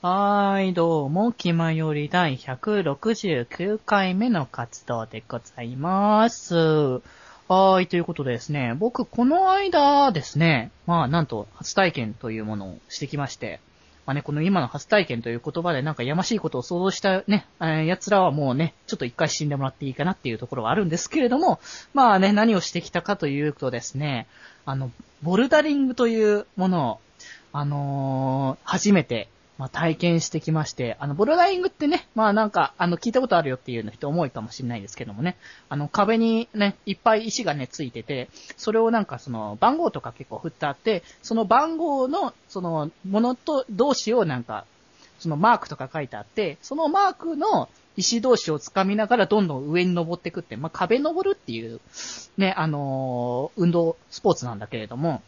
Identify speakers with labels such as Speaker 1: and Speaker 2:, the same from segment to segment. Speaker 1: はーい、どうも、気まより第169回目の活動でございます。はーい、ということでですね、僕、この間ですね、まあ、なんと、初体験というものをしてきまして、まあね、この今の初体験という言葉でなんかやましいことを想像したね、えー奴らはもうね、ちょっと一回死んでもらっていいかなっていうところはあるんですけれども、まあね、何をしてきたかというとですね、あの、ボルダリングというものを、あのー初めて、まあ、体験してきまして、あの、ボルダリングってね、まあなんか、あの、聞いたことあるよっていうの人多いかもしれないですけどもね、あの、壁にね、いっぱい石がね、ついてて、それをなんかその、番号とか結構振ってあって、その番号の、その、ものと、同士をなんか、そのマークとか書いてあって、そのマークの石同士を掴みながらどんどん上に登っていくって、まあ、壁登るっていう、ね、あのー運動、スポーツなんだけれども、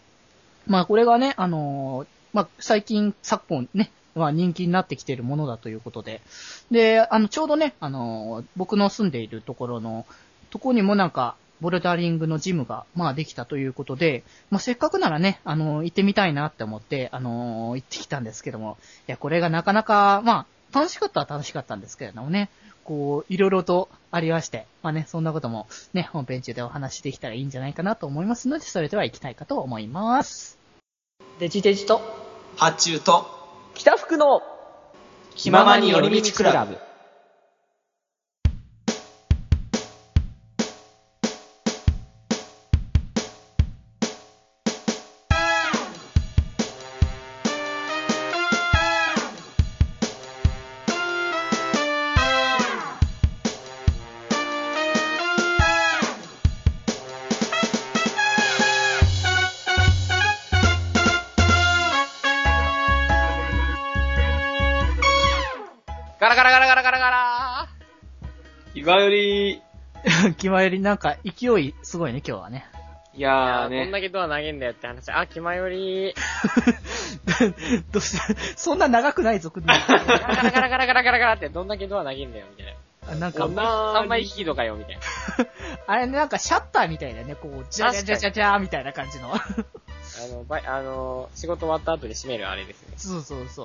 Speaker 1: まあ、これがね、あのーまあ、最近、昨今ね、まあ、人気になってきているものだということで、で、あの、ちょうどね、あのー僕の住んでいるところの、とこにもなんか、ボルダリングのジムが、まあ、できたということで、まあ、せっかくならね、あのー行ってみたいなって思って、あのー行ってきたんですけども、いや、これがなかなか、まあ、楽しかったは楽しかったんですけれどもね、こう、いろいろとありまして、まあね、そんなこともね、本編中でお話しできたらいいんじゃないかなと思いますので、それでは行きたいかと思います。
Speaker 2: デジデジと
Speaker 3: 発注と
Speaker 2: 北福の
Speaker 3: 気ままに寄り道クラブガラガラガラガラガラガラ
Speaker 4: 今より、
Speaker 1: 気前よりなんか勢いすごいね、今日はね。
Speaker 4: いやー
Speaker 2: こんだ
Speaker 4: ね、
Speaker 2: けドア投げんだよって話。あ、気まより。
Speaker 1: どうして、そんな長くないぞ、組んで
Speaker 2: ガラガラガラガラガラガラガラってどんだけドア投げんだよみたいな。
Speaker 1: あ なんか
Speaker 2: 3、倍、三倍引きとかよみたいな。
Speaker 1: あれねなんかシャッターみたいなね、こう、ジャジャジャジャジャーみたいな感じの。
Speaker 2: あの、ばいあの、仕事終わった後に閉めるあれですね。
Speaker 1: そうそうそ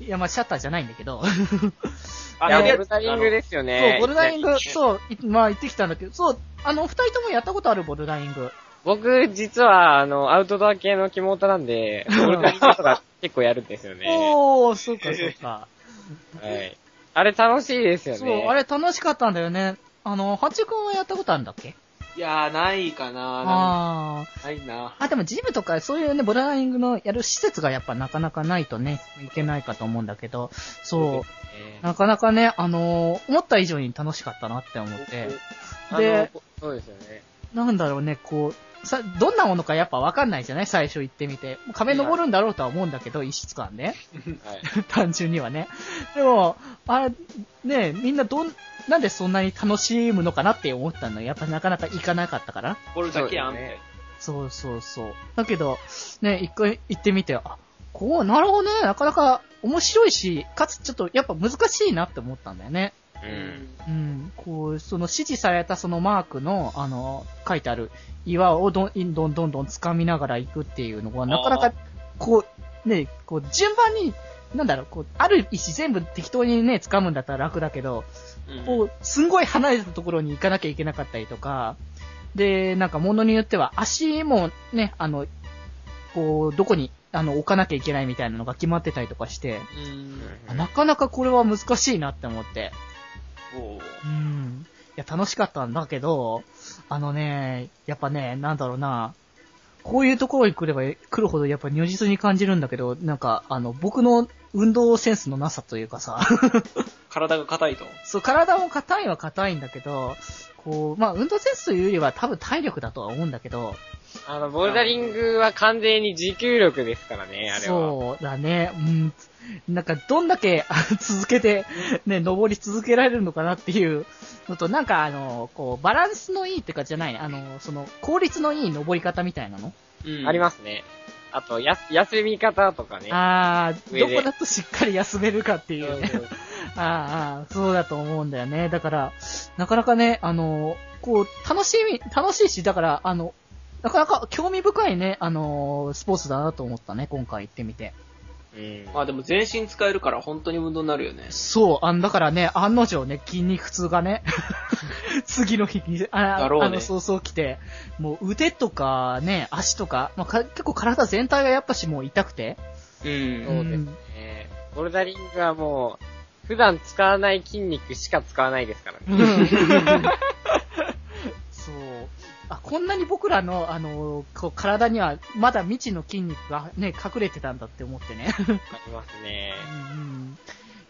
Speaker 1: う。い や、まあシャッターじゃないんだけど。
Speaker 4: あ
Speaker 2: いや、
Speaker 4: とりあえ
Speaker 2: ボ
Speaker 4: ず
Speaker 2: ルダリングですよ
Speaker 1: そう
Speaker 2: ね、。
Speaker 1: ボルダリング、
Speaker 2: いきなり
Speaker 1: そう、いまあ行ってきたんだけど、そう、あの、二人ともやったことあるボルダリング。
Speaker 2: 僕、実は、あの、アウトドア系の肝タなんで、ボルダリングとか結構やるんですよね。
Speaker 1: おー、そうかそうか。
Speaker 2: はい。あれ楽しいですよね。
Speaker 1: そう、あれ楽しかったんだよね。あの、ハチ君はやったことあるんだっけ
Speaker 4: いやーないかななん
Speaker 1: あ
Speaker 4: かないな
Speaker 1: あ。あ、でもジムとかそういうね、ボルダリングのやる施設がやっぱなかなかないとね、いけないかと思うんだけど、そう、
Speaker 2: ね
Speaker 1: なかなかね、あのー思った以上に楽しかったなって思って。
Speaker 2: あの
Speaker 1: で、
Speaker 2: そうですよね。
Speaker 1: なんだろうね、こう、さ、どんなものかやっぱわかんないじゃない最初行ってみて。壁登るんだろうとは思うんだけど、一室感ね。
Speaker 2: はい。
Speaker 1: 単純にはね。でも、あれ、ねみんなどん、なんでそんなに楽しむのかなって思ったのやっぱなかなか行かなかったから。
Speaker 4: ボルだけやんっ
Speaker 2: そうだよ
Speaker 4: て
Speaker 2: ね。
Speaker 1: そうそうそう。だけど、ね、一回行ってみて、あ、こう、なるほどね、なかなか面白いし、かつちょっとやっぱ難しいなって思ったんだよね。
Speaker 2: うん。
Speaker 1: うん、こう、その指示されたそのマークの、あの、書いてある岩をどんどんどんどんどん掴みながら行くっていうのが、なかな
Speaker 4: あ
Speaker 1: か、こう、ね、こう、順番に、なんだろう、こう、ある石全部適当にね、掴むんだったら楽だけど、
Speaker 4: うん
Speaker 1: こう、すんごい離れたところに行かなきゃいけなかったりとか、で、なんか物によっては足もね、あの、こう、どこに、あの、置かなきゃいけないみたいなのが決まってたりとかして、
Speaker 4: うん
Speaker 1: あなかなかこれは難しいなって思って。
Speaker 4: おー
Speaker 1: うん。いや、楽しかったんだけど、あのね、やっぱね、なんだろうな、こういうところに来れば来るほどやっぱ如実に感じるんだけど、なんか、あの、僕の運動センスのなさというかさ、
Speaker 4: 体が硬いと。
Speaker 1: そう、体も硬いは硬いんだけど、こう、まあ、運動センスというよりは多分体力だとは思うんだけど、
Speaker 2: あの、ボルダリングは完全に持久力ですからね、あれは。
Speaker 1: そうだね、うん、なんかどんだけあ続けて、ね、登り続けられるのかなっていうのと、なんかあの、こう、バランスのいいってかじゃない、あの、その、効率のいい登り方みたいなの、
Speaker 4: うん。
Speaker 2: ありますすね。あと、やす、休み方とかね。
Speaker 1: ああ、
Speaker 2: 上
Speaker 1: ど
Speaker 2: で
Speaker 1: こだとしっかり休めるかって
Speaker 2: う
Speaker 1: い
Speaker 2: ん
Speaker 1: うね。ああああ、そうだと思うんだよね。だから、なかなかね、あの、こう、楽しみ、楽しいし、だから、あの、なかなか興味深いね、あの、スポーツだなと思ったね、今回行ってみて。
Speaker 2: うん。
Speaker 4: まあでも全身使えるから本当に運動になるよね。
Speaker 1: そう、あんだからね、案の定ね、筋肉痛がね、 次の日に、あ,、
Speaker 4: だろうね
Speaker 1: あの、そうそう来て、もう腕とかね、足とか、まあ、か結構体全体がやっぱしもう痛くて、
Speaker 4: う。
Speaker 1: うん
Speaker 2: そうですね。ボルダリングはもう、普段使わない筋肉しか使わないですからね。
Speaker 1: そう。あ、こんなに僕らの、あの、こう体にはまだ未知の筋肉がね、隠れてたんだって思ってね。
Speaker 2: ありますね。
Speaker 1: うんうん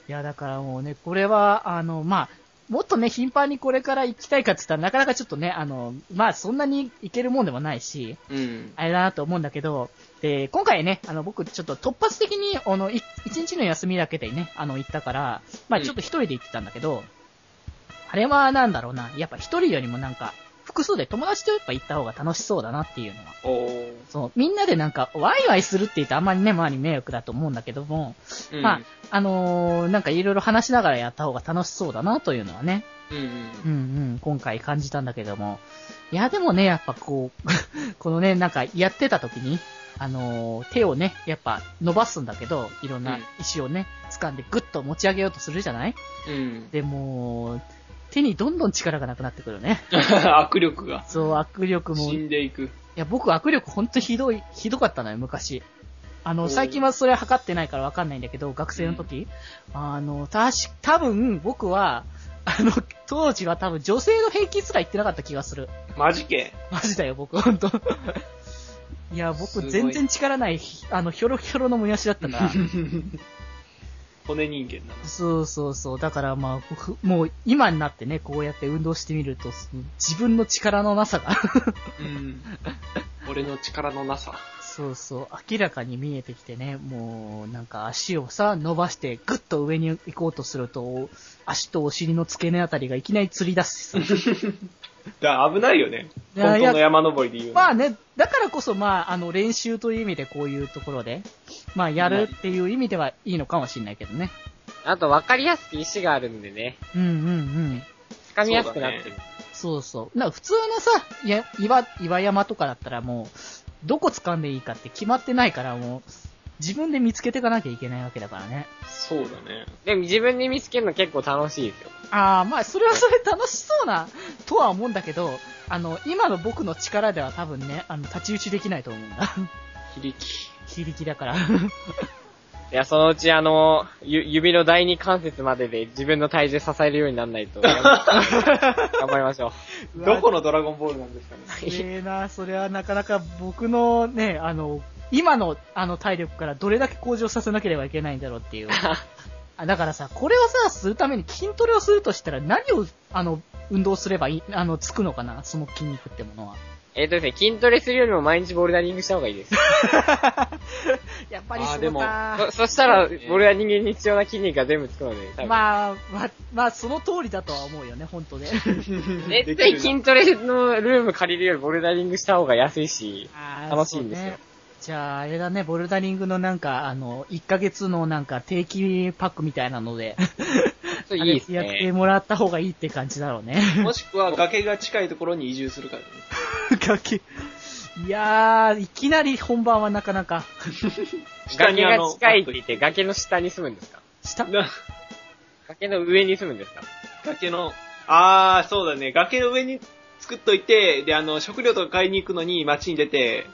Speaker 1: いや、だからもうね、これは、あの、まあ、もっとね、頻繁にこれから行きたいかって言ったら、なかなかちょっとね、あの、まあ、そんなに行けるもんでもないし、
Speaker 4: うん。
Speaker 1: あれだなと思うんだけど、で、今回ね、あの、僕、ちょっと突発的に、あの、い一日の休みだけでね、あの、行ったから、まあ、
Speaker 4: うん
Speaker 1: ちょっと一人で行ってたんだけど、あれはなんだろうな、やっぱ一人よりもなんか、複数で友達とやっぱ行った方が楽しそうだなっていうのは。
Speaker 4: おー。
Speaker 1: そう、みんなでなんか、ワイワイするって言ってあんまりね、周り迷惑だと思うんだけども、
Speaker 4: うん
Speaker 1: まあ、あのーなんかいろいろ話しながらやった方が楽しそうだなというのはね、
Speaker 4: うんうん。
Speaker 1: うんうん、今回感じたんだけども。いや、でもね、やっぱこう、 このね、なんかやってた時に、あのー手をね、やっぱ伸ばすんだけど、いろん
Speaker 4: う
Speaker 1: なん石をね、掴んでグッと持ち上げようとするじゃない
Speaker 4: うん。
Speaker 1: でも、手にどんどん力がなくなってくるね。
Speaker 4: 握力が
Speaker 1: そう、握力も
Speaker 4: 死んでいく。
Speaker 1: いや、僕、握力ほんとひどい、ひどかったのよ、昔。あ
Speaker 4: お
Speaker 1: の、
Speaker 4: ー
Speaker 1: 最近はそれ測ってないからわかんないんだけど、学生の時。あの、たし、多分僕は、あの、当時は多分女性の平均すら言ってなかった気がする。
Speaker 4: マジけ
Speaker 1: マジだよ、僕、ほんと。いや、
Speaker 4: す
Speaker 1: 僕
Speaker 4: ごい
Speaker 1: 全然力ない、ひあの、ひょろひょろのもやしだったから。
Speaker 4: 骨人間だな。
Speaker 1: そうそうそう。だからまあ、ふもう今になってね、こうやって運動してみると、その自分の力のなさが、
Speaker 4: うん。俺の力のなさ。
Speaker 1: そうそう、明らかに見えてきてね、もうなんか足をさ、伸ばしてぐっと上に行こうとすると、足とお尻の付け根あたりがいきなり釣り出 すしさ。
Speaker 4: だから危ないよね。
Speaker 1: いや
Speaker 4: 本
Speaker 1: いや
Speaker 4: 当の山登りで言うの
Speaker 1: まあね、だからこそまあ、あの練習という意味でこういうところで、まあやるっていう意味ではいいのかもしれないけどね。
Speaker 2: あと、分かりやすく石があるんでね。
Speaker 1: うんうんうん。
Speaker 2: 掴みやすくなってる。
Speaker 1: そうそう。な普通のさ、いや岩、岩山とかだったらもう、どこ掴んでいいかって決まってないからもう、自分で見つけていかなきゃいけないわけだからね。
Speaker 4: そうだね。
Speaker 2: でも自分で見つけるの結構楽しいですよ。
Speaker 1: ああ、まあ、それはそれ楽しそうな、とは思うんだけど、あの、今の僕の力では多分ね、あの、立ち打ちできないと思うんだ。
Speaker 4: 非力。
Speaker 1: 非力だ から。
Speaker 2: いや、そのうちあの、ゆ指の第二関節までで自分の体重支えるようにならない と。頑張りましょう。
Speaker 4: どこのドラゴンボールなんですかね。
Speaker 1: ええな、それはなかなか僕のね、あの、今の、あの、体力からどれだけ向上させなければいけないんだろうっていう。 あだからさ、これをさ、するために筋トレをするとしたら何を、あの、運動すればいい、あの、つくのかな、その筋肉ってものは。
Speaker 2: えっ、とですね、筋トレするよりも毎日ボルダリングした方がいいです。
Speaker 1: やっぱり
Speaker 4: あー
Speaker 1: そう
Speaker 4: でも
Speaker 1: か。
Speaker 2: そそしたら、
Speaker 4: そうですね
Speaker 2: ボルダリングに必要な筋肉が全部つくので、多分。
Speaker 1: まあ、まあ、まあ、その通りだとは思うよね、本当ね。
Speaker 2: 絶対筋トレのルーム借りるよりボルダリングした方が安いし、
Speaker 1: あー
Speaker 2: 楽しいんですよ
Speaker 1: そうねじゃあ、あれだね、ボルダリングのなんか、あの、1ヶ月のなんか定期パックみたいなので、
Speaker 2: そう いいです
Speaker 1: やって
Speaker 2: ね。
Speaker 1: もらった方がいいって感じだろうね。
Speaker 4: もしくは崖が近いところに移住するからね。
Speaker 1: 崖。いやー、いきなり本番はなかなか、
Speaker 2: 崖が近いって言って、
Speaker 4: マッ
Speaker 2: 崖の下に住むんですか
Speaker 1: 下
Speaker 4: トな
Speaker 2: 崖の上に住むんですか
Speaker 4: 崖の、あー、そうだね。崖の上に作っといて、で、あの、食料とか買いに行くのに街に出て、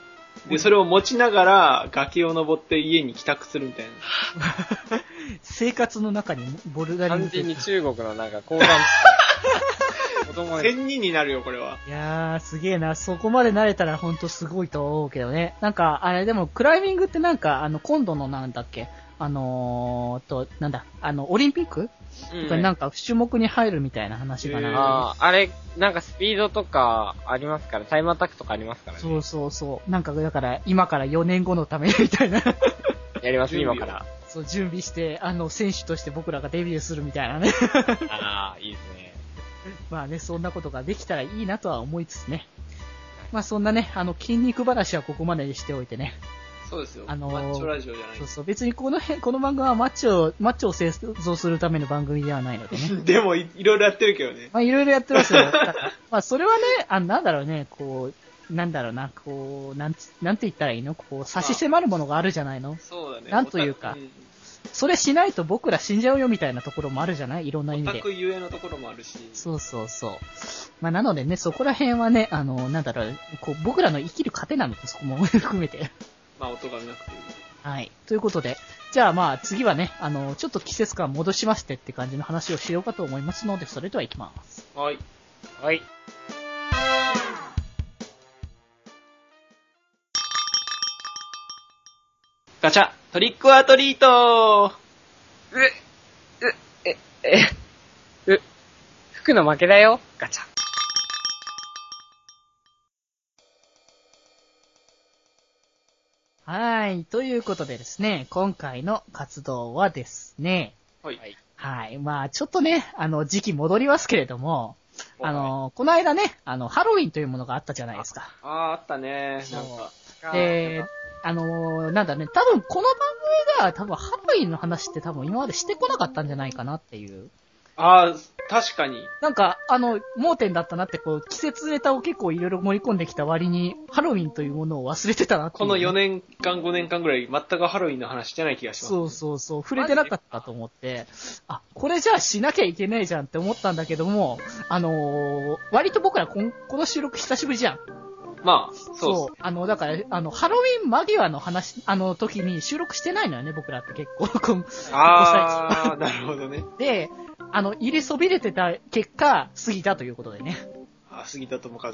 Speaker 4: で、それを持ちながら崖を登って家に帰宅するみたいな。
Speaker 1: 生活の中にボルダリン
Speaker 2: 完
Speaker 1: グ。
Speaker 2: 全に
Speaker 1: い
Speaker 2: 中国のなんか高山 地帯子供です。
Speaker 4: 千人になるよ、これは。
Speaker 1: やー、すげえな。そこまで慣れたらほんとすごいと思うけどね。なんか、あれでも、クライミングってなんか、あの、今度のなんだっけ、あのー、と、なんだ、あの、オリンピックとかなんか、種目に入るみたいな話が
Speaker 4: へ
Speaker 1: な
Speaker 4: ー
Speaker 1: んか
Speaker 2: ああ、あれ、なんかスピードとかありますから、タイムアタックとかありますからね。
Speaker 1: そうそうそう。なんか、だから、今から4年後のためにみたいな。
Speaker 2: やります、
Speaker 4: 準備
Speaker 2: 今
Speaker 4: を
Speaker 2: から。
Speaker 1: そう、準備して、あの、選手として僕らがデビューするみたいなね。
Speaker 2: ああ、いいですね。
Speaker 1: まあね、そんなことができたらいいなとは思いつつね。まあそんなね、あの、筋肉話はここまでにしておいてね。
Speaker 4: そうですよ。
Speaker 1: あのー
Speaker 4: マッチョラジオじゃない
Speaker 1: そうそう、別にこの辺、この番組はマッチョを、マッチョを製造するための番組ではないのでね。
Speaker 4: でもい、いろいろやってるけどね。
Speaker 1: まあいろいろやってますよ。まあそれはね、あなんだろうね、こう、なんだろうな、こう、なんつ、なんて言ったらいいのこう、差し迫るものがあるじゃないの
Speaker 4: そうだね。
Speaker 1: なんというか
Speaker 4: ん
Speaker 1: それしないと僕ら死んじゃうよみたいなところもあるじゃないいろんな意
Speaker 4: オ
Speaker 1: 味
Speaker 4: タ
Speaker 1: で。
Speaker 4: クゆえのところもあるし。
Speaker 1: そうそうそう。まあ、なのでね、そこら辺はね、あの、なんだろう、こう、僕らの生きる糧なので、そこも含め て。
Speaker 4: まあ、音がなくていい。
Speaker 1: はい。ということで、じゃあまあ、次はね、あの、ちょっと季節感戻しましてって感じの話をしようかと思いますので、それでは行きます。
Speaker 4: はい。
Speaker 2: はい。
Speaker 4: ガチャトリックアトリート
Speaker 2: え、う、服の負けだよ。ガチャ。
Speaker 1: はい。ということでですね、今回の活動はですね、
Speaker 4: はい。
Speaker 1: はい。まあ、ちょっとね、あの、時期戻りますけれども、あ
Speaker 4: はい、
Speaker 1: の、この間ね、あの、ハロウィンというものがあったじゃないですか。
Speaker 4: ああ、あったね。なんか。
Speaker 1: で、あの、なんだね、多分この番組では多分ハロウィンの話って多分今までしてこなかったんじゃないかなっていう。
Speaker 4: ああ、確かに。
Speaker 1: なんか、あの、盲点だったなって、こう、季節ネタを結構いろいろ盛り込んできた割に、ハロウィンというものを忘れてたなっていう
Speaker 4: この4年間、5年間ぐらい、全くハロウィンの話してない気がします。
Speaker 1: そうそうそう、触れてなかったと思って、あ、これじゃあしなきゃいけないじゃんって思ったんだけども、あのー割と僕らこんこの収録久しぶりじゃん。
Speaker 4: まあ、そうっす
Speaker 1: あの、だから、あの、ハロウィン間際の話、あの時に収録してないのよね、僕らって結構。こん
Speaker 4: ああ、なるほどね。
Speaker 1: で、あの、入れそびれてた結果、過ぎたということでね。
Speaker 4: ああ、杉田智和。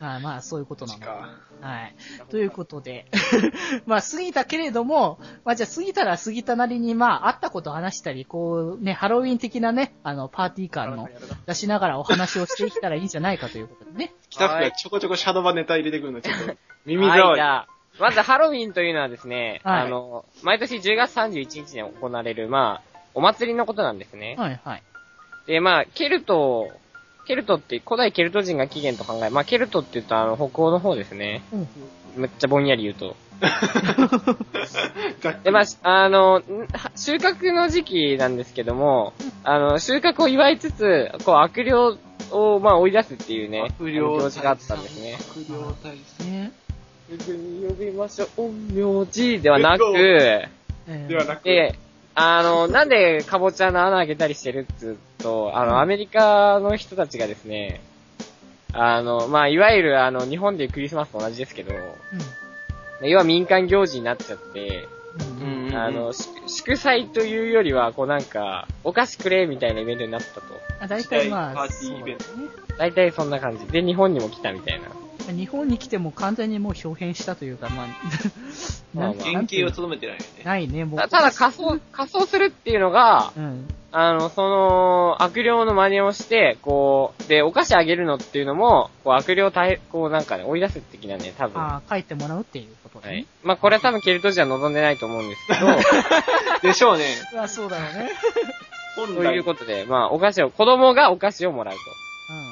Speaker 1: まあまあ、そういうことな
Speaker 4: 確
Speaker 1: の。
Speaker 4: か。
Speaker 1: はい。ということで、 まあ、過ぎたけれども、まあじゃあ過ぎたら過ぎたなりに、まあ、会ったことを話したり、こうね、ハロウィン的なね、あの、パーティー感の出しながらお話をしていけたらいいんじゃないかということで ね。
Speaker 4: 北福
Speaker 2: は
Speaker 4: が
Speaker 2: い
Speaker 4: ちょこちょこシャドバネタ入れてくるの、ちょっと。耳
Speaker 2: はい、
Speaker 4: 障
Speaker 2: じ
Speaker 4: り。
Speaker 2: ゃあ、まずハロウィンというのはですね、
Speaker 1: はい
Speaker 2: あの、毎年10月31日に行われる、まあ、お祭りのことなんですね。
Speaker 1: はいはい。
Speaker 2: で、まあ、ケルト、ケルトって古代ケルト人が起源と考え、まあ、ケルトって言うとあの、北欧の方ですね。
Speaker 1: うん
Speaker 2: めっちゃぼんやり言うと。
Speaker 4: ざっくり
Speaker 2: で、まあ、しあの、んは収穫の時期なんですけども、あの、収穫を祝いつつ、こう、悪霊を、まあ、追い出すっていうね、
Speaker 4: 悪霊
Speaker 2: あの行事があったんですね。
Speaker 4: 悪霊対策。
Speaker 1: ね
Speaker 2: すぐに呼びましょう、名字ではなく
Speaker 4: え、
Speaker 1: えー
Speaker 4: ではなく、
Speaker 2: で、あの、なんでカボチャの穴開けたりしてるっつうと、あの、アメリカの人たちがですね、あの、まあ、いわゆるあの、日本でいうクリスマスと同じですけど、要は民間行事になっちゃって、
Speaker 1: うん。う
Speaker 4: う
Speaker 1: ん。
Speaker 4: んうんうん
Speaker 2: あの、し祝祭というよりは、こうなんか、お菓子くれみたいなイベントになったと。
Speaker 1: あ大体まあ、
Speaker 4: パーティーイベント
Speaker 1: そうだね
Speaker 2: 大体そんな感じ。で、日本にも来たみたいな。
Speaker 1: 日本に来ても完全にもう表変したというか、まあ、
Speaker 2: まあまあ
Speaker 1: ん
Speaker 4: 原型を
Speaker 1: なんて
Speaker 4: とどめてないよ
Speaker 1: いう
Speaker 4: ね。
Speaker 1: ないね、もう。
Speaker 2: たただ仮装、仮装するっていうのが、
Speaker 1: うん。
Speaker 2: あの、その、悪霊の真似をして、こう、で、お菓子あげるのっていうのも、こう、悪霊をたい、こう、なんかね、追い出す的なね、多分。は
Speaker 1: ああ、書いてもらうっていうことでね
Speaker 2: い。。まあ、これは多分ケルト人は望んでないと思うんですけ ど、
Speaker 4: でしょうね。
Speaker 1: ああ、そうだろうね。
Speaker 4: 本
Speaker 2: という
Speaker 4: 来、
Speaker 2: ことで、まあ、お菓子を、子供がお菓子をもらうと。
Speaker 1: うんうんうん。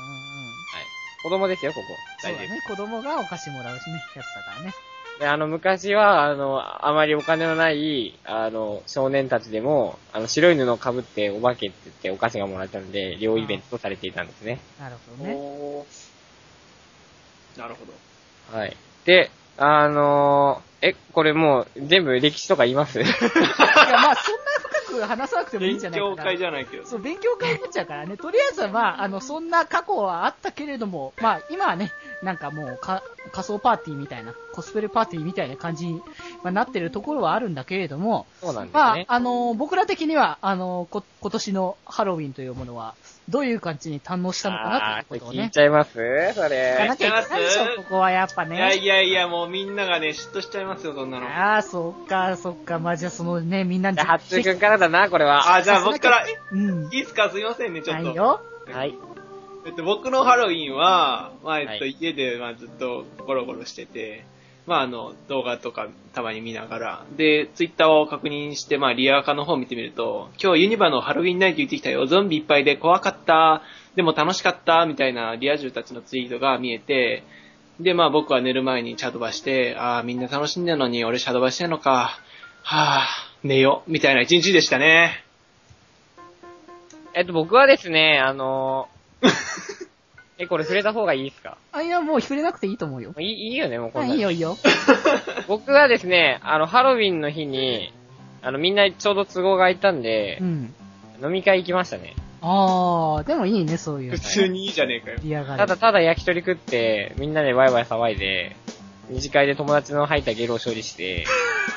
Speaker 2: 子供ですよ、ここ。
Speaker 1: そう
Speaker 2: 大
Speaker 1: だ
Speaker 2: 丈夫。
Speaker 1: ね、子供がお菓子もらうしね、やつだからね。
Speaker 2: で、あの、昔は、あの、あまりお金のない、あの、少年たちでも、あの、白い布をかぶって、お化けって言ってお菓子がもらえたので、両イベントとされていたんですね。
Speaker 1: なるほどね。
Speaker 4: おーなるほど。
Speaker 2: はい。で、あのー、え、これもう、全部歴史とか言います
Speaker 1: いや、まあ、そんな深く話さなくてもいいんじゃな
Speaker 4: 勉
Speaker 1: いかな。
Speaker 4: 強会じゃないけど。
Speaker 1: そう、勉強会になっちゃうからね。とりあえずは、まあ、あの、そんな過去はあったけれども、まあ、今はね、なんかもう、か、仮想パーティーみたいな、コスプレパーティーみたいな感じに、まあ、なってるところはあるんだけれども、
Speaker 2: そうなんです
Speaker 1: まあ
Speaker 2: ね、。
Speaker 1: あの、僕ら的には、あの、こ、今年のハロウィンというものは、どういう感じに堪能したのかな
Speaker 2: あ
Speaker 1: と
Speaker 2: ー、
Speaker 1: いうこを
Speaker 2: ことれ聞い
Speaker 1: ね。
Speaker 2: ちゃいますそ
Speaker 1: 聞か
Speaker 2: れ
Speaker 1: な。きゃいけないでし
Speaker 4: 聞いちゃい
Speaker 1: ょ、
Speaker 4: ます
Speaker 1: ここはやっぱね。
Speaker 4: いやいやいや、もうみんながね、嫉妬しちゃいますよ、そんなの。
Speaker 1: ああ、そっか、そっか。まあ、じゃあそのね、みんなに
Speaker 2: じゃあ、ハッツー君からだな、これは。
Speaker 4: あ、じゃあ僕から、
Speaker 1: うん。
Speaker 4: いいっすかすいませんね、ちょ
Speaker 1: な
Speaker 4: っ
Speaker 1: い
Speaker 4: と。
Speaker 1: よ。
Speaker 2: はい。
Speaker 4: えっと、僕のハロウィンは、まあ、えっと、
Speaker 2: は
Speaker 4: 家で、まあ、ずっとゴロゴロしてて、まあ、あの、動画とかたまに見ながら、で、ツイッターを確認して、まあ、リアカの方を見てみると、今日ユニバのハロウィンナイト行ってきたよ、ゾンビいっぱいで怖かった、でも楽しかった、みたいなリア充たちのツイートが見えて、で、まあ、僕は寝る前にシャドバして、ああ、みんな楽しんでるのに、俺シャドバしてんのか、はあ、寝よう、みたいな一日でしたね。
Speaker 2: えっと、僕はですね、あのー、え、これ触れた方がいいですか
Speaker 1: あ、いや、もう触れなくていいと思うよ。
Speaker 2: いい、いいよね、もうこ
Speaker 1: あ
Speaker 2: ん
Speaker 1: い
Speaker 2: ないの。
Speaker 1: よ、いいよ。
Speaker 2: 僕はですね、あの、ハロウィンの日に、あの、みんなちょうど都合が空いたんで
Speaker 1: う、ん。
Speaker 2: 飲み会行きましたね。
Speaker 1: あー、でもいいね、そういうの。
Speaker 4: 普通にいいじゃねえかよ。
Speaker 1: リアガ
Speaker 2: ただただ焼き鳥食って、みんなでワイワイ騒いで、二次会で友達の吐いたゲロを処理 して、怒り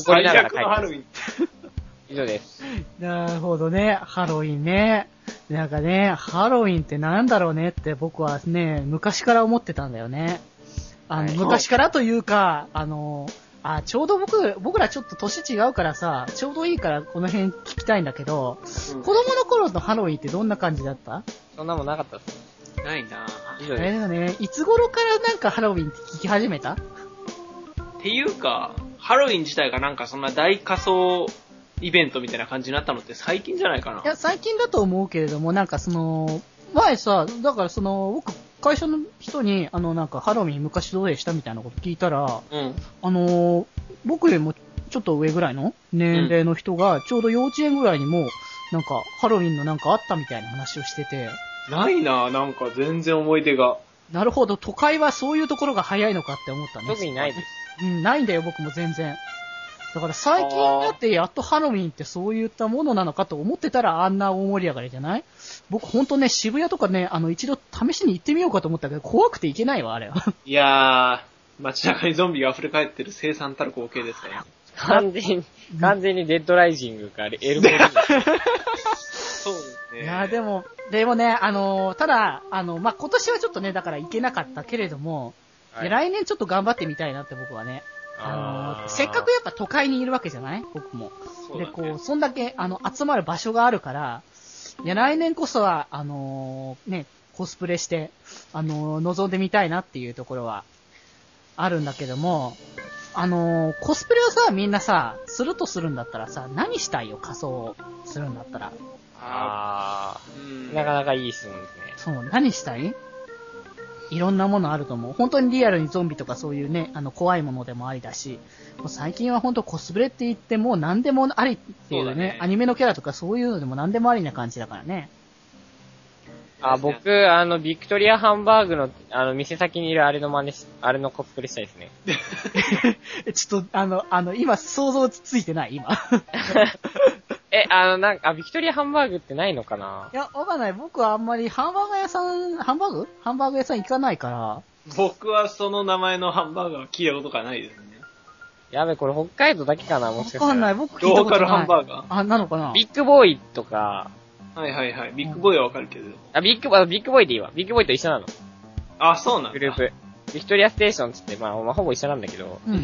Speaker 4: 最
Speaker 2: ながら
Speaker 4: 悪
Speaker 2: 帰
Speaker 4: のハロウ
Speaker 2: る。
Speaker 4: ィン。
Speaker 2: 以上です。
Speaker 1: なるほどね。ハロウィンね。なんかね、ハロウィンってなんだろうねって僕はね、昔から思ってたんだよね。あの、
Speaker 2: はい
Speaker 1: 昔からというか、あの、あ、ちょうど僕、僕らちょっと年違うからさ、ちょうどいいからこの辺聞きたいんだけど、子供の頃のハロウィンってどんな感じだった
Speaker 2: そんなもんなかったっすね。
Speaker 4: ないなぁ。
Speaker 2: 以
Speaker 1: あ
Speaker 2: 上
Speaker 1: れ
Speaker 2: で
Speaker 1: だ
Speaker 2: す。
Speaker 1: よね。いつ頃からなんかハロウィンって聞き始めた。
Speaker 4: っていうか、ハロウィン自体がなんかそんな大仮装イベントみたいな感じになったのって最近じゃないかない
Speaker 1: や、最近だと思うけれども、なんかその、前さ、だからその、僕、会社の人に、あの、なんかハロウィン昔どうでしたみたいなこと聞いたら、
Speaker 4: うん。
Speaker 1: あのー僕よりもちょっと上ぐらいの年齢の人が、ちょうど幼稚園ぐらいにも、なんか、ハロウィンのなんかあったみたいな話をしてて、
Speaker 4: ないなぁ、なんか全然思い出が。
Speaker 1: なるほど、都会はそういうところが早いのかって思ったね。
Speaker 2: 特にないで
Speaker 1: う
Speaker 2: す。
Speaker 1: ん、ないんだよ、僕も全然。だから最近だってやっとハロウィンってそういったものなのかと思ってたらあんな大盛り上がりじゃない僕ほんとね、渋谷とかね、あの一度試しに行ってみようかと思ったけど、怖くて行けないわ、あれは。
Speaker 4: いやぁ、街中にゾンビが溢れ返ってる生産たる光景ですね。
Speaker 2: 完全に、完全にデッドライジングか、エルボール
Speaker 4: そうですね。
Speaker 1: いやーでも、でもね、あのーただ、あの、まあ、今年はちょっとね、だから行けなかったけれども、で来年ちょっと頑張ってみたいなって僕はね。あのーせっかくやっぱ都会にいるわけじゃない僕も。
Speaker 4: そう
Speaker 1: で、
Speaker 4: だ
Speaker 1: こ
Speaker 4: ね
Speaker 1: う、。そんだけ、あの、集まる場所があるから、いや、来年こそは、あのーね、コスプレして、あのー望んでみたいなっていうところは、あるんだけども、あのーコスプレをさ、みんなさ、するとするんだったらさ、何したいよ、仮装をするんだったら。
Speaker 4: あ
Speaker 2: あ
Speaker 4: ーう
Speaker 2: ー
Speaker 4: ん。
Speaker 2: なかなかいい質問ですね。
Speaker 1: そう、何したいいろんなものあると思う。本当にリアルにゾンビとかそういうね、あの、怖いものでもありだし、もう最近は本当コスプレって言ってもう何でもありっていう
Speaker 4: そうだ
Speaker 1: ね、
Speaker 4: ね
Speaker 1: アニメのキャラとかそういうのでも何でもありな感じだからね。
Speaker 2: あ、僕、あの、ビクトリアハンバーグの、あの、店先にいるあれの真似し、あれのコスプレしたいですね。
Speaker 1: えちょっと、あの、あの、今、想像ついて ない今。
Speaker 2: え、あの、なんか、あビクトリアハンバーグってないのかない
Speaker 1: や、わかんない。僕はあんまりハンバーガー屋さん、ハンバーグハンバーグ屋さん行かないから。
Speaker 4: 僕はその名前のハンバーガーは聞いたことがないですね。
Speaker 2: やべ、これ北海道だけかなも
Speaker 1: わ
Speaker 2: しかしたら。
Speaker 1: かんない。僕聞いた
Speaker 4: ロ
Speaker 1: こと
Speaker 4: ー
Speaker 1: な
Speaker 4: カ
Speaker 1: い。
Speaker 4: ルハンバーガ
Speaker 1: あ、なのかな
Speaker 2: ビッグボーイとか、
Speaker 4: ー。はいはいはい。ビッグボーイはわかるけど。
Speaker 2: あ、ビッグ、あビッグボーイでいいわ。ビッグボーイと一緒なの。
Speaker 4: あ、そうなんだ。
Speaker 2: グループ。ビクトリアステーションっつって、まあ、まあ、ほぼ一緒なんだけど、
Speaker 1: うんう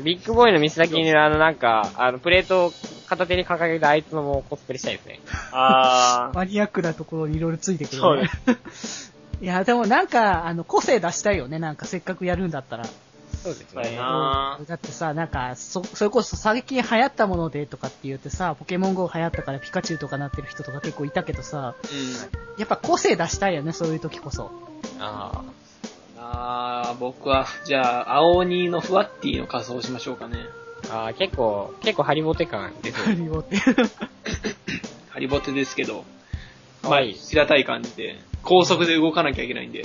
Speaker 1: ん。
Speaker 2: ビッグボーイの店先にいるあの、なんか、あの、プレートを片手に掲げたあいつのもコスプレしたいですね。
Speaker 4: あー。
Speaker 1: マニアックなところにいろいろついてくる、ね。
Speaker 4: そう で
Speaker 1: いや、でもなんか、あの、個性出したいよね。なんか、せっかくやるんだったら。
Speaker 2: そうです
Speaker 4: そうや
Speaker 2: ね。
Speaker 4: なあー
Speaker 1: だってさ、なんか、そ、それこそ最近流行ったものでとかって言ってさ、ポケモン GO 流行ったからピカチュウとかなってる人とか結構いたけどさ、
Speaker 4: うん。
Speaker 1: やっぱ個性出したいよね、そういう時こそ。
Speaker 2: あ
Speaker 4: あー、僕は、じゃあ、青鬼のふわっティの仮装をしましょうかね。
Speaker 2: ーあー、結構、結構ハリボテ感です ね。
Speaker 1: リボって。
Speaker 4: ハリボテですけど、
Speaker 2: か
Speaker 4: ま
Speaker 2: わ
Speaker 4: あ、
Speaker 2: いい
Speaker 4: 平たい感じで、高速で動かなきゃいけないん で、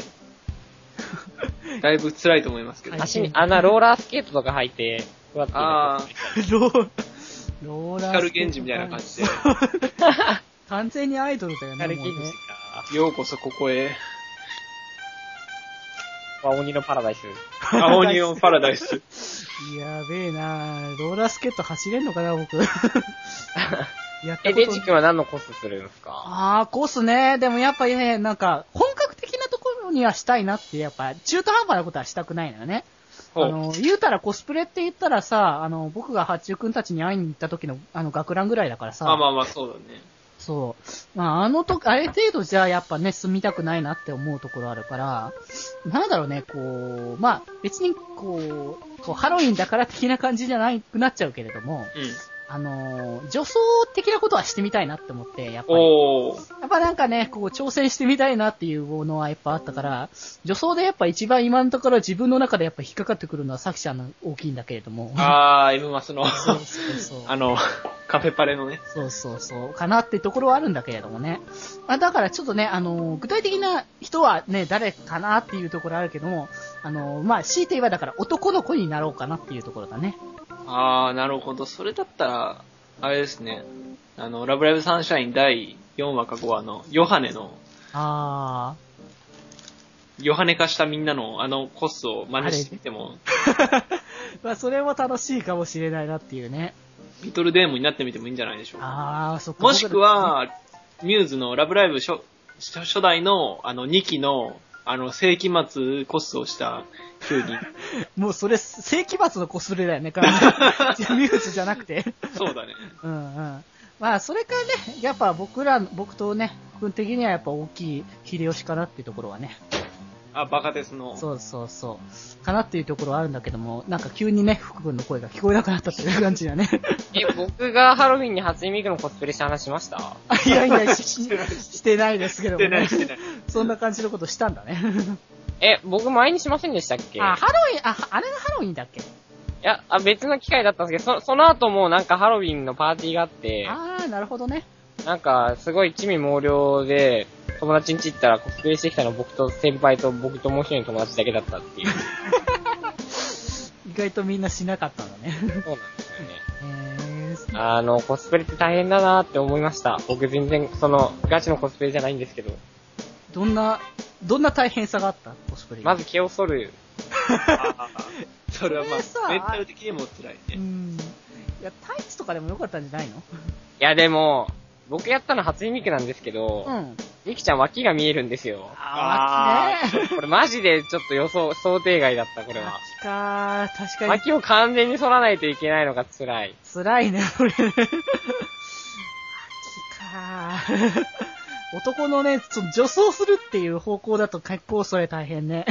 Speaker 4: だいぶ辛いと思いますけど。
Speaker 1: はい
Speaker 2: 足に、あんなローラースケートとか履いて、ふわって
Speaker 4: あー、
Speaker 1: ロー、ローラー。
Speaker 4: 光源氏みたいな感じで、
Speaker 1: 完全にアイドルだよね。
Speaker 2: 光
Speaker 1: も
Speaker 2: 源
Speaker 1: うね
Speaker 2: 氏か。
Speaker 4: ようこそここへ、
Speaker 2: は鬼のパラダイス。
Speaker 4: 青鬼のパラダイ ス。
Speaker 1: やべえなローラースケート走れんのかな、僕。 やった
Speaker 2: え、
Speaker 1: こと
Speaker 2: デジ君は何のコスするんですか
Speaker 1: ああ、コースね。でもやっぱりね、なんか、本格的なところにはしたいなって、やっぱ、中途半端なことはしたくないのよね。
Speaker 4: ほう
Speaker 1: あの、言うたらコスプレって言ったらさ、あの、僕が八中くんたちに会いに行った時の、あの、学ランぐらいだからさ。
Speaker 4: まあまあまあ、そうだね。
Speaker 1: そう。まあ、あのと、ある程度じゃあやっぱね、住みたくないなって思うところあるから、なんだろうね、こう、まあ、別にこう、こうハロウィンだから的な感じじゃないくなっちゃうけれども、
Speaker 4: うん。
Speaker 1: あのー、女装的なことはしてみたいなって思って、やっぱり。
Speaker 4: おー。
Speaker 1: やっぱなんかね、こう挑戦してみたいなっていうものはやっぱあったから、女装でやっぱ一番今のところ自分の中でやっぱ引っかかってくるのは作者の大きいんだけれども。
Speaker 4: あー、M マスの、
Speaker 1: そうそうそう。
Speaker 4: あの、カフェパレのね。
Speaker 1: そうそうそう、かなってところはあるんだけれどもね。まあ、だからちょっとね、あのー具体的な人はね、誰かなっていうところあるけども、あのーまあ、強いて言えばだから男の子になろうかなっていうところだね。
Speaker 4: あー、なるほど。それだったら、あれですね。あの、ラブライブサンシャイン第4話か5話の、ヨハネの、
Speaker 1: あ
Speaker 4: ヨハネ化したみんなのあのコスを真似してみても、
Speaker 1: ー。まあ、それも楽しいかもしれないなっていうね。
Speaker 4: リトルデーモンになってみてもいいんじゃないでしょうか。
Speaker 1: あー、そっか。
Speaker 4: もしく、は、ミューズのラブライブ初、初初代の、あの、2期の、あの、世紀末コスをした、キュウリ。
Speaker 1: もうそれ、世紀末のコスプレだよ ね、完全にミューズじゃなくて。
Speaker 4: そうだね。
Speaker 1: うんうん。まあ、それからね、やっぱ僕ら、僕とね、君的にはやっぱ大きい秀吉かなっていうところはね。
Speaker 4: あ、バカですの。
Speaker 1: そうそうそう。かなっていうところはあるんだけども、なんか急にね、福君の声が聞こえなくなったっていう感じだ ね。
Speaker 2: え、僕がハロウィンに初音ミクのコスプレした話しました
Speaker 1: あいやいや、ししてないですけども、
Speaker 4: して
Speaker 1: ね。
Speaker 4: ない、してない。
Speaker 1: そんな感じのことしたんだね。
Speaker 2: え、僕前にしませんでしたっけ
Speaker 1: あ、ハロウィン、あ、あれがハロウィンだっけ
Speaker 2: いやあ、別の機会だったんですけど、そその後もなんかハロウィンのパーティーがあって、
Speaker 1: あー、なるほどね。
Speaker 2: なんかすごい地味猛量で、友達ん家行ったらコスプレしてきたの僕と先輩と僕ともう一人の友達だけだったって いう。
Speaker 1: 意外とみんなしなかったんだね。
Speaker 2: そうなんですよね。
Speaker 1: へー
Speaker 2: あの、コスプレって大変だなって思いました。僕全然、その、ガチのコスプレじゃないんですけど、
Speaker 1: どんな、どんな大変さがあったコスプレに
Speaker 2: まず毛を剃る。
Speaker 4: あーそれはま
Speaker 1: それさ
Speaker 4: あ、メンタル的にも辛いうね。
Speaker 1: ん。いや、タイツとかでもよかったんじゃないの
Speaker 2: いやでも、僕やったの初音ミクなんですけど、
Speaker 1: うん。
Speaker 2: ミクちゃん脇が見えるんですよ。
Speaker 1: あー、ね。
Speaker 2: これマジでちょっと予想、想定外だった、これは。
Speaker 1: 秋かー、確かに
Speaker 2: 脇を完全に剃らないといけないのが辛い。
Speaker 1: 辛いね、これね。秋かー。男のね、その女装するっていう方向だと結構それ大変ね。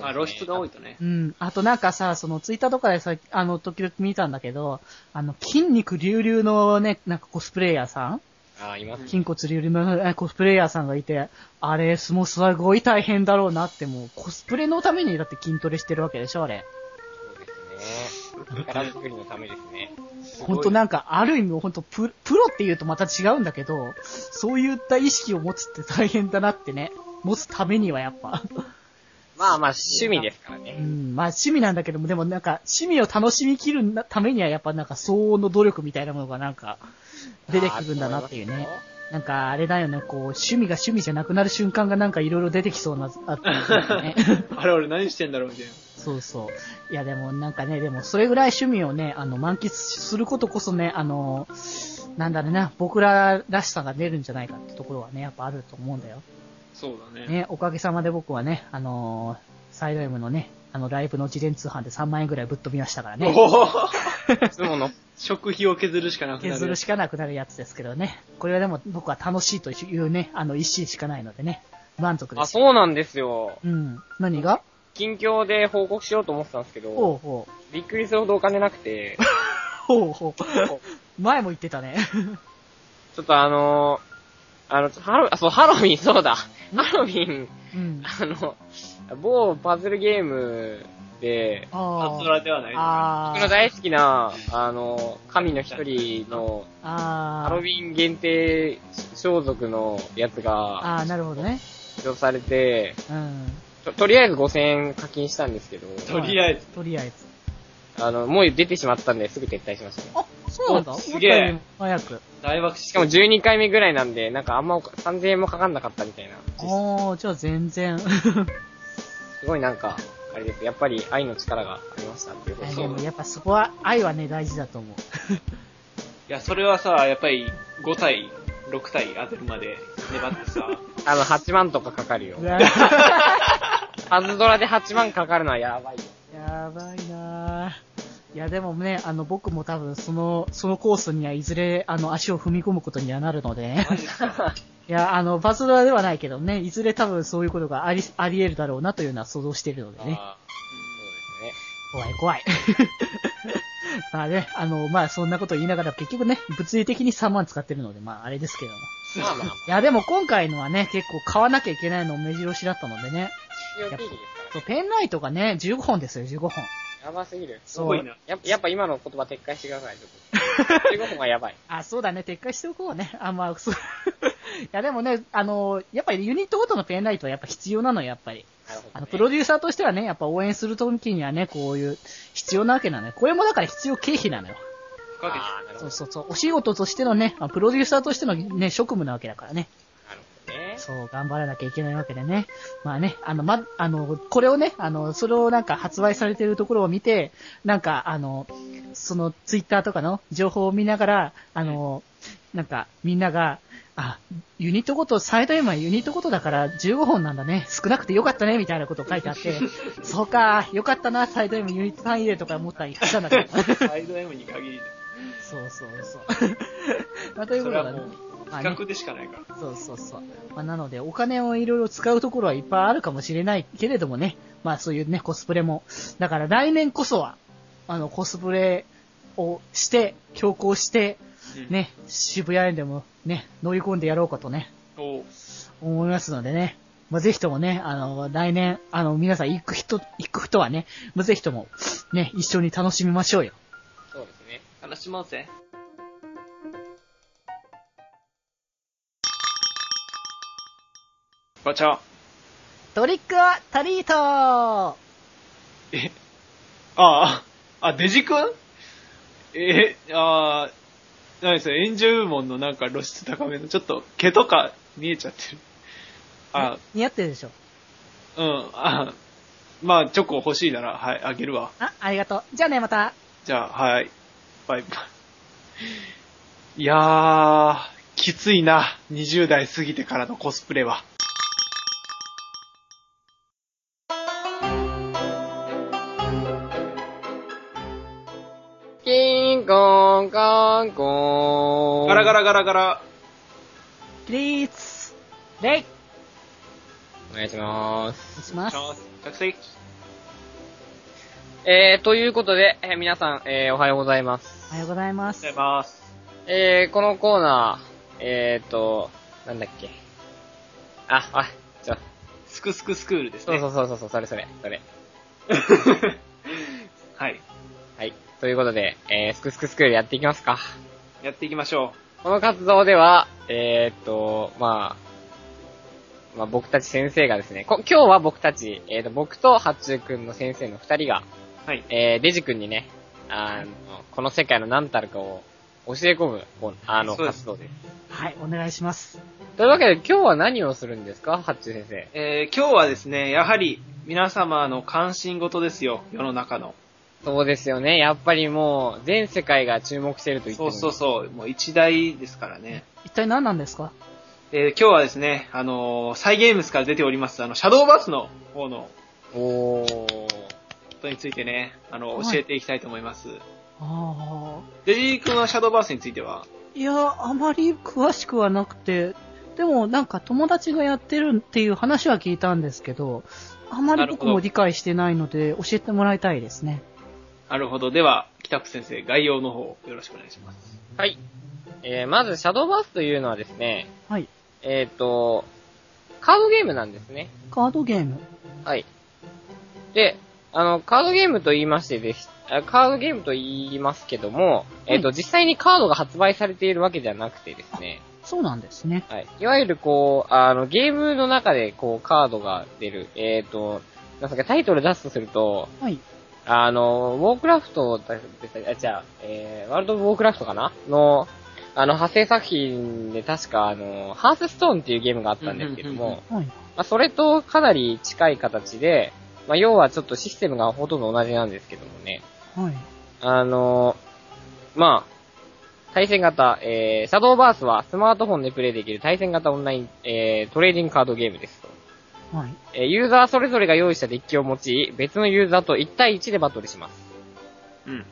Speaker 4: まあ、露出が多いとね。
Speaker 1: うん。あとなんかさ、そのツイッターとかでさ、あの、時々見たんだけど、あの、筋肉隆々のね、なんかコスプレイヤーさん
Speaker 2: あー、います。
Speaker 1: 筋骨隆々のえコスプレイヤーさんがいて、あれ、もうすごい大変だろうなって、もう、コスプレのためにだって筋トレしてるわけでしょ、あれ。
Speaker 2: そうですね。力作りのためですね。
Speaker 4: すごい
Speaker 1: ほんとなんか、ある意味、ほんとプ、プロって言うとまた違うんだけど、そういった意識を持つって大変だなってね。持つためにはやっぱ。
Speaker 2: まあまあ、趣味ですから
Speaker 1: う
Speaker 2: ね。
Speaker 1: ん、まあ趣味なんだけども、でもなんか、趣味を楽しみきるなためにはやっぱなんか相応の努力みたいなものがなんか、出てくるんだなっていうね。なんか、あれだよね、こう、趣味が趣味じゃなくなる瞬間がなんかいろいろ出てきそうな、あったよね。
Speaker 4: あれ、俺何してんだろうみたいな。
Speaker 1: そうそう。いや、でもなんかね、でもそれぐらい趣味をね、あの、満喫することこそね、あの、なんだろうな、僕ららしさが出るんじゃないかってところはね、やっぱあると思うんだよ。
Speaker 4: そうだね。
Speaker 1: ね、おかげさまで僕はね、あのサイド M のね、あの、ライブの事前通販で3万円ぐらいぶっ飛びましたから
Speaker 4: お
Speaker 1: ね。
Speaker 4: お
Speaker 2: いつもの、
Speaker 4: 食費を削るしかなくなる。
Speaker 1: 削るしかなくなるやつですけどね。これはでも僕は楽しいというね、あの、一心しかないのでね、満足で
Speaker 2: あ、
Speaker 1: す。
Speaker 2: そうなんですよ。
Speaker 1: うん。何が
Speaker 2: 近況で報告しようと思ってたんですけ
Speaker 1: ほう
Speaker 2: ど、
Speaker 1: ほう。
Speaker 2: びっくりするほどお金なくて、
Speaker 1: ほうほう。前も言ってたね。
Speaker 2: ちょっとあのー、あの、ハロウィン、あ、そう、ハロウィン、そうだ。ハロウィン、
Speaker 1: うん。
Speaker 2: あの、某パズルゲームで、
Speaker 1: あ
Speaker 4: パズ
Speaker 1: ー
Speaker 4: ドラではない。
Speaker 1: あ
Speaker 2: 僕の
Speaker 1: ー
Speaker 2: 大好きな、あの、神の一人の、
Speaker 1: あ
Speaker 2: ハロウ
Speaker 1: ー
Speaker 2: ィン限定装束のやつが、
Speaker 1: あー、なるほどね。
Speaker 2: 発表されて、
Speaker 1: うん。
Speaker 2: ととりあえず5000円課金したんですけど、
Speaker 4: とりあえず。
Speaker 1: とりあえず。
Speaker 2: あの、もう出てしまったんですぐ撤退しましたね。
Speaker 1: あ、そうなんだ。
Speaker 4: おすげ
Speaker 1: 思っ
Speaker 4: え
Speaker 1: たよりも早く。
Speaker 4: 大爆
Speaker 2: し
Speaker 4: し
Speaker 2: かも12回目ぐらいなんで、なんかあんまおか3000円もかかんなかったみたいな。
Speaker 1: おー、じゃあ全然。
Speaker 2: すごいなんか、あれです。やっぱり愛の力がありましたっていうこ
Speaker 1: えで
Speaker 2: と。そう
Speaker 1: もやっぱそこは、愛はね、大事だと思う。
Speaker 4: いや、それはさ、やっぱり5体、6体当てるまで粘ってさ、
Speaker 2: あの、8万とかかかるよ。
Speaker 1: うわー
Speaker 2: パズドラで8万かかるのはやばいよ。
Speaker 1: やばいなーいや、でもね、あの、僕も多分、その、そのコースにはいずれ、あの、足を踏み込むことにはなるので、
Speaker 4: マジっすか。
Speaker 1: いや、あの、バズドラではないけどね、いずれ多分そういうことがあり、あり得るだろうなというのは想像しているのでね、
Speaker 2: あーそうですね。
Speaker 1: 怖い怖い。まあね、あの、まあそんなこと言いながら結局ね、物理的に3万使ってるので、まああれですけども。
Speaker 2: まあまあ、
Speaker 1: いやでも今回のはね、結構買わなきゃいけないの目白押しだったのでね。
Speaker 2: 必要経費ですか
Speaker 1: そう、ペンライトがね、15本ですよ、15本。
Speaker 2: ら。やばすぎる。
Speaker 4: すご
Speaker 1: そ。
Speaker 4: いうな。
Speaker 2: やっぱやっぱ今の言葉撤回してください、ちょ っと。15分はやばい。
Speaker 1: あ、そうだね、撤回しておこうね。あ、まあ、そう。い やでもね、あの、やっぱりユニットごとのペンライトはやっぱ必要なのよ、やっぱり。
Speaker 2: なるほど、ね。
Speaker 1: あの、プロデューサーとしてはね、やっぱ応援するときにはね、こういう、必要なわけなのよ。これもだから必要経費なのよ。
Speaker 4: 不可欠
Speaker 2: あーなるほ
Speaker 1: そ
Speaker 2: ど
Speaker 1: う。そうそう。お仕事としてのね、あプロデューサーとしてのね、職務なわけだからね。
Speaker 2: なるほどね。
Speaker 1: そう、頑張らなきゃいけないわけでね。まあね、あの、ま、あの、これをね、あの、それをなんか発売されてるところを見て、なんか、あの、そのツイッターとかの情報を見ながら、あの、なんか、みんなが、あ、ユニットごと、最大はユニットごとだから15本なんだね。少なくてよかったね、みたいなこと書いてあって、そうか、よかったな、最大もユニット単位でとか思ったりしたんだけど。
Speaker 4: サイド M に限りだ。
Speaker 1: そうそう そう。まあ、という
Speaker 4: そ
Speaker 1: こ
Speaker 4: れ
Speaker 1: とだ
Speaker 4: は
Speaker 1: ね
Speaker 4: もう。、
Speaker 1: まあ
Speaker 4: 企
Speaker 1: ね
Speaker 4: 画でしかないから。
Speaker 1: そうそうそう。まあ、なので、お金をいろいろ使うところはいっぱいあるかもしれないけれどもね。まあそういうね、コスプレも。だから来年こそは、あの、コスプレをして、強行して、
Speaker 4: うん。
Speaker 1: ね、渋谷へでもね、乗り込んでやろうかとね、
Speaker 4: おう
Speaker 1: 思いますのでね。まあ、ぜひともね、あの、来年、あの、皆さん行く人、行く人はね、まあ、ぜひとも、ね、一緒に楽しみましょうよ。
Speaker 2: そうですね。
Speaker 4: 楽しもうぜ。ガチャ。
Speaker 1: トリックはタリート
Speaker 4: え、ああ、あ、デジ君え、ああ、何それ、演者部門のなんか露出高めの、ちょっと毛とか見えちゃってる。あ、
Speaker 1: 似合ってるでしょ
Speaker 4: うん、あ、まあ、チョコ欲しいなら、はい、あげるわ。
Speaker 1: あ、ありがとう。じゃあね、また。
Speaker 4: じゃあ、はい、バイバイ。いやー、きついな、20代過ぎてからのコスプレは。
Speaker 2: キンコンコンコン。
Speaker 4: ガラガ。ラガラガラ。
Speaker 1: 起立レイ
Speaker 2: お願いしま
Speaker 1: お
Speaker 2: す。
Speaker 1: 願いします。
Speaker 4: 着席。
Speaker 2: えー、ということで、えー皆さん、えー、おはようございます。
Speaker 1: おはようございます
Speaker 4: お。願いします。
Speaker 2: えー、このコーナー、えーと、なんだっけ。あ、あ、ちょ、
Speaker 4: すくすくスクールです
Speaker 2: そう
Speaker 4: ね。
Speaker 2: そうそうそうそう、それそれ、それ。
Speaker 4: はい。
Speaker 2: はい。ということで、えー、すくすくスクールやっていきますか。
Speaker 4: やっていきましょ
Speaker 2: この活動では、えー、っと、まあ、まあ、僕たち先生がですね、こ今日は僕たち、えー、っと、僕と八中くんの先生の二人が、
Speaker 4: う。はい。
Speaker 2: えー、デジくんにね、あの、この世界の何たるかを教え込む、こうあの、
Speaker 4: そうです
Speaker 2: 活動です。
Speaker 1: はい、お願いします。
Speaker 2: というわけで、今日は何をするんですか八中先生。
Speaker 4: えー今日はですね、やはり皆様の関心事ですよ、世の中の。
Speaker 2: そうですよね。やっぱりもう、全世界が注目してると言って
Speaker 4: そ
Speaker 2: も
Speaker 4: うそうそう、もう一大ですからね。
Speaker 1: 一体何なんですか
Speaker 4: えー今日はですね、あのーサイゲームスから出ております、あの、シャドーバスの方の
Speaker 2: おー。
Speaker 4: ことについてね、あの、
Speaker 1: はい
Speaker 4: 教えていきたいと思います。
Speaker 1: ああ。
Speaker 4: デジー君はシャドーバースについてはい
Speaker 1: や、あまり詳しくはなくて、でもなんか友達がやってるっていう話は聞いたんですけど、あまり僕も理解してないので教えてもらいたいですね。
Speaker 4: なるほど。では、北区先生、概要の方、よろしくお願いします。
Speaker 2: はい。えー、まず、シャドーバースというのはですね、
Speaker 1: はい。
Speaker 2: えっ、と、カードゲームなんですね。
Speaker 1: カードゲーム。
Speaker 2: はい。で、あの、カードゲームと言いましてです、あカードゲームと言いますけども、えっ、と、実際にカードが発売されているわけじゃなくてですね、
Speaker 1: そうなんですね。
Speaker 2: はい。いわゆるこう、あの、ゲームの中でこう、カードが出る、えっ、と、なんすか、タイトル出すとすると、
Speaker 1: はい。
Speaker 2: あの、ウォークラフトだであ、じゃあ、えー、ワールド・オブ・ウォークラフトかなの、あの、派生作品で確か、あの、ハースストーンっていうゲームがあったんですけども、
Speaker 4: うんう
Speaker 1: は
Speaker 4: んうんうん
Speaker 1: い。
Speaker 2: まあ、それとかなり近い形で、まあ、要はちょっとシステムがほとんど同じなんですけどもね。
Speaker 1: はい。
Speaker 2: あのまあ、対戦型、えー、シャドーバースはスマートフォンでプレイできる対戦型オンライン、えー、トレーディングカードゲームですと。
Speaker 1: はい。
Speaker 2: えー、ユーザーそれぞれが用意したデッキを用い、別のユーザーと1対1でバトルします。
Speaker 4: うん。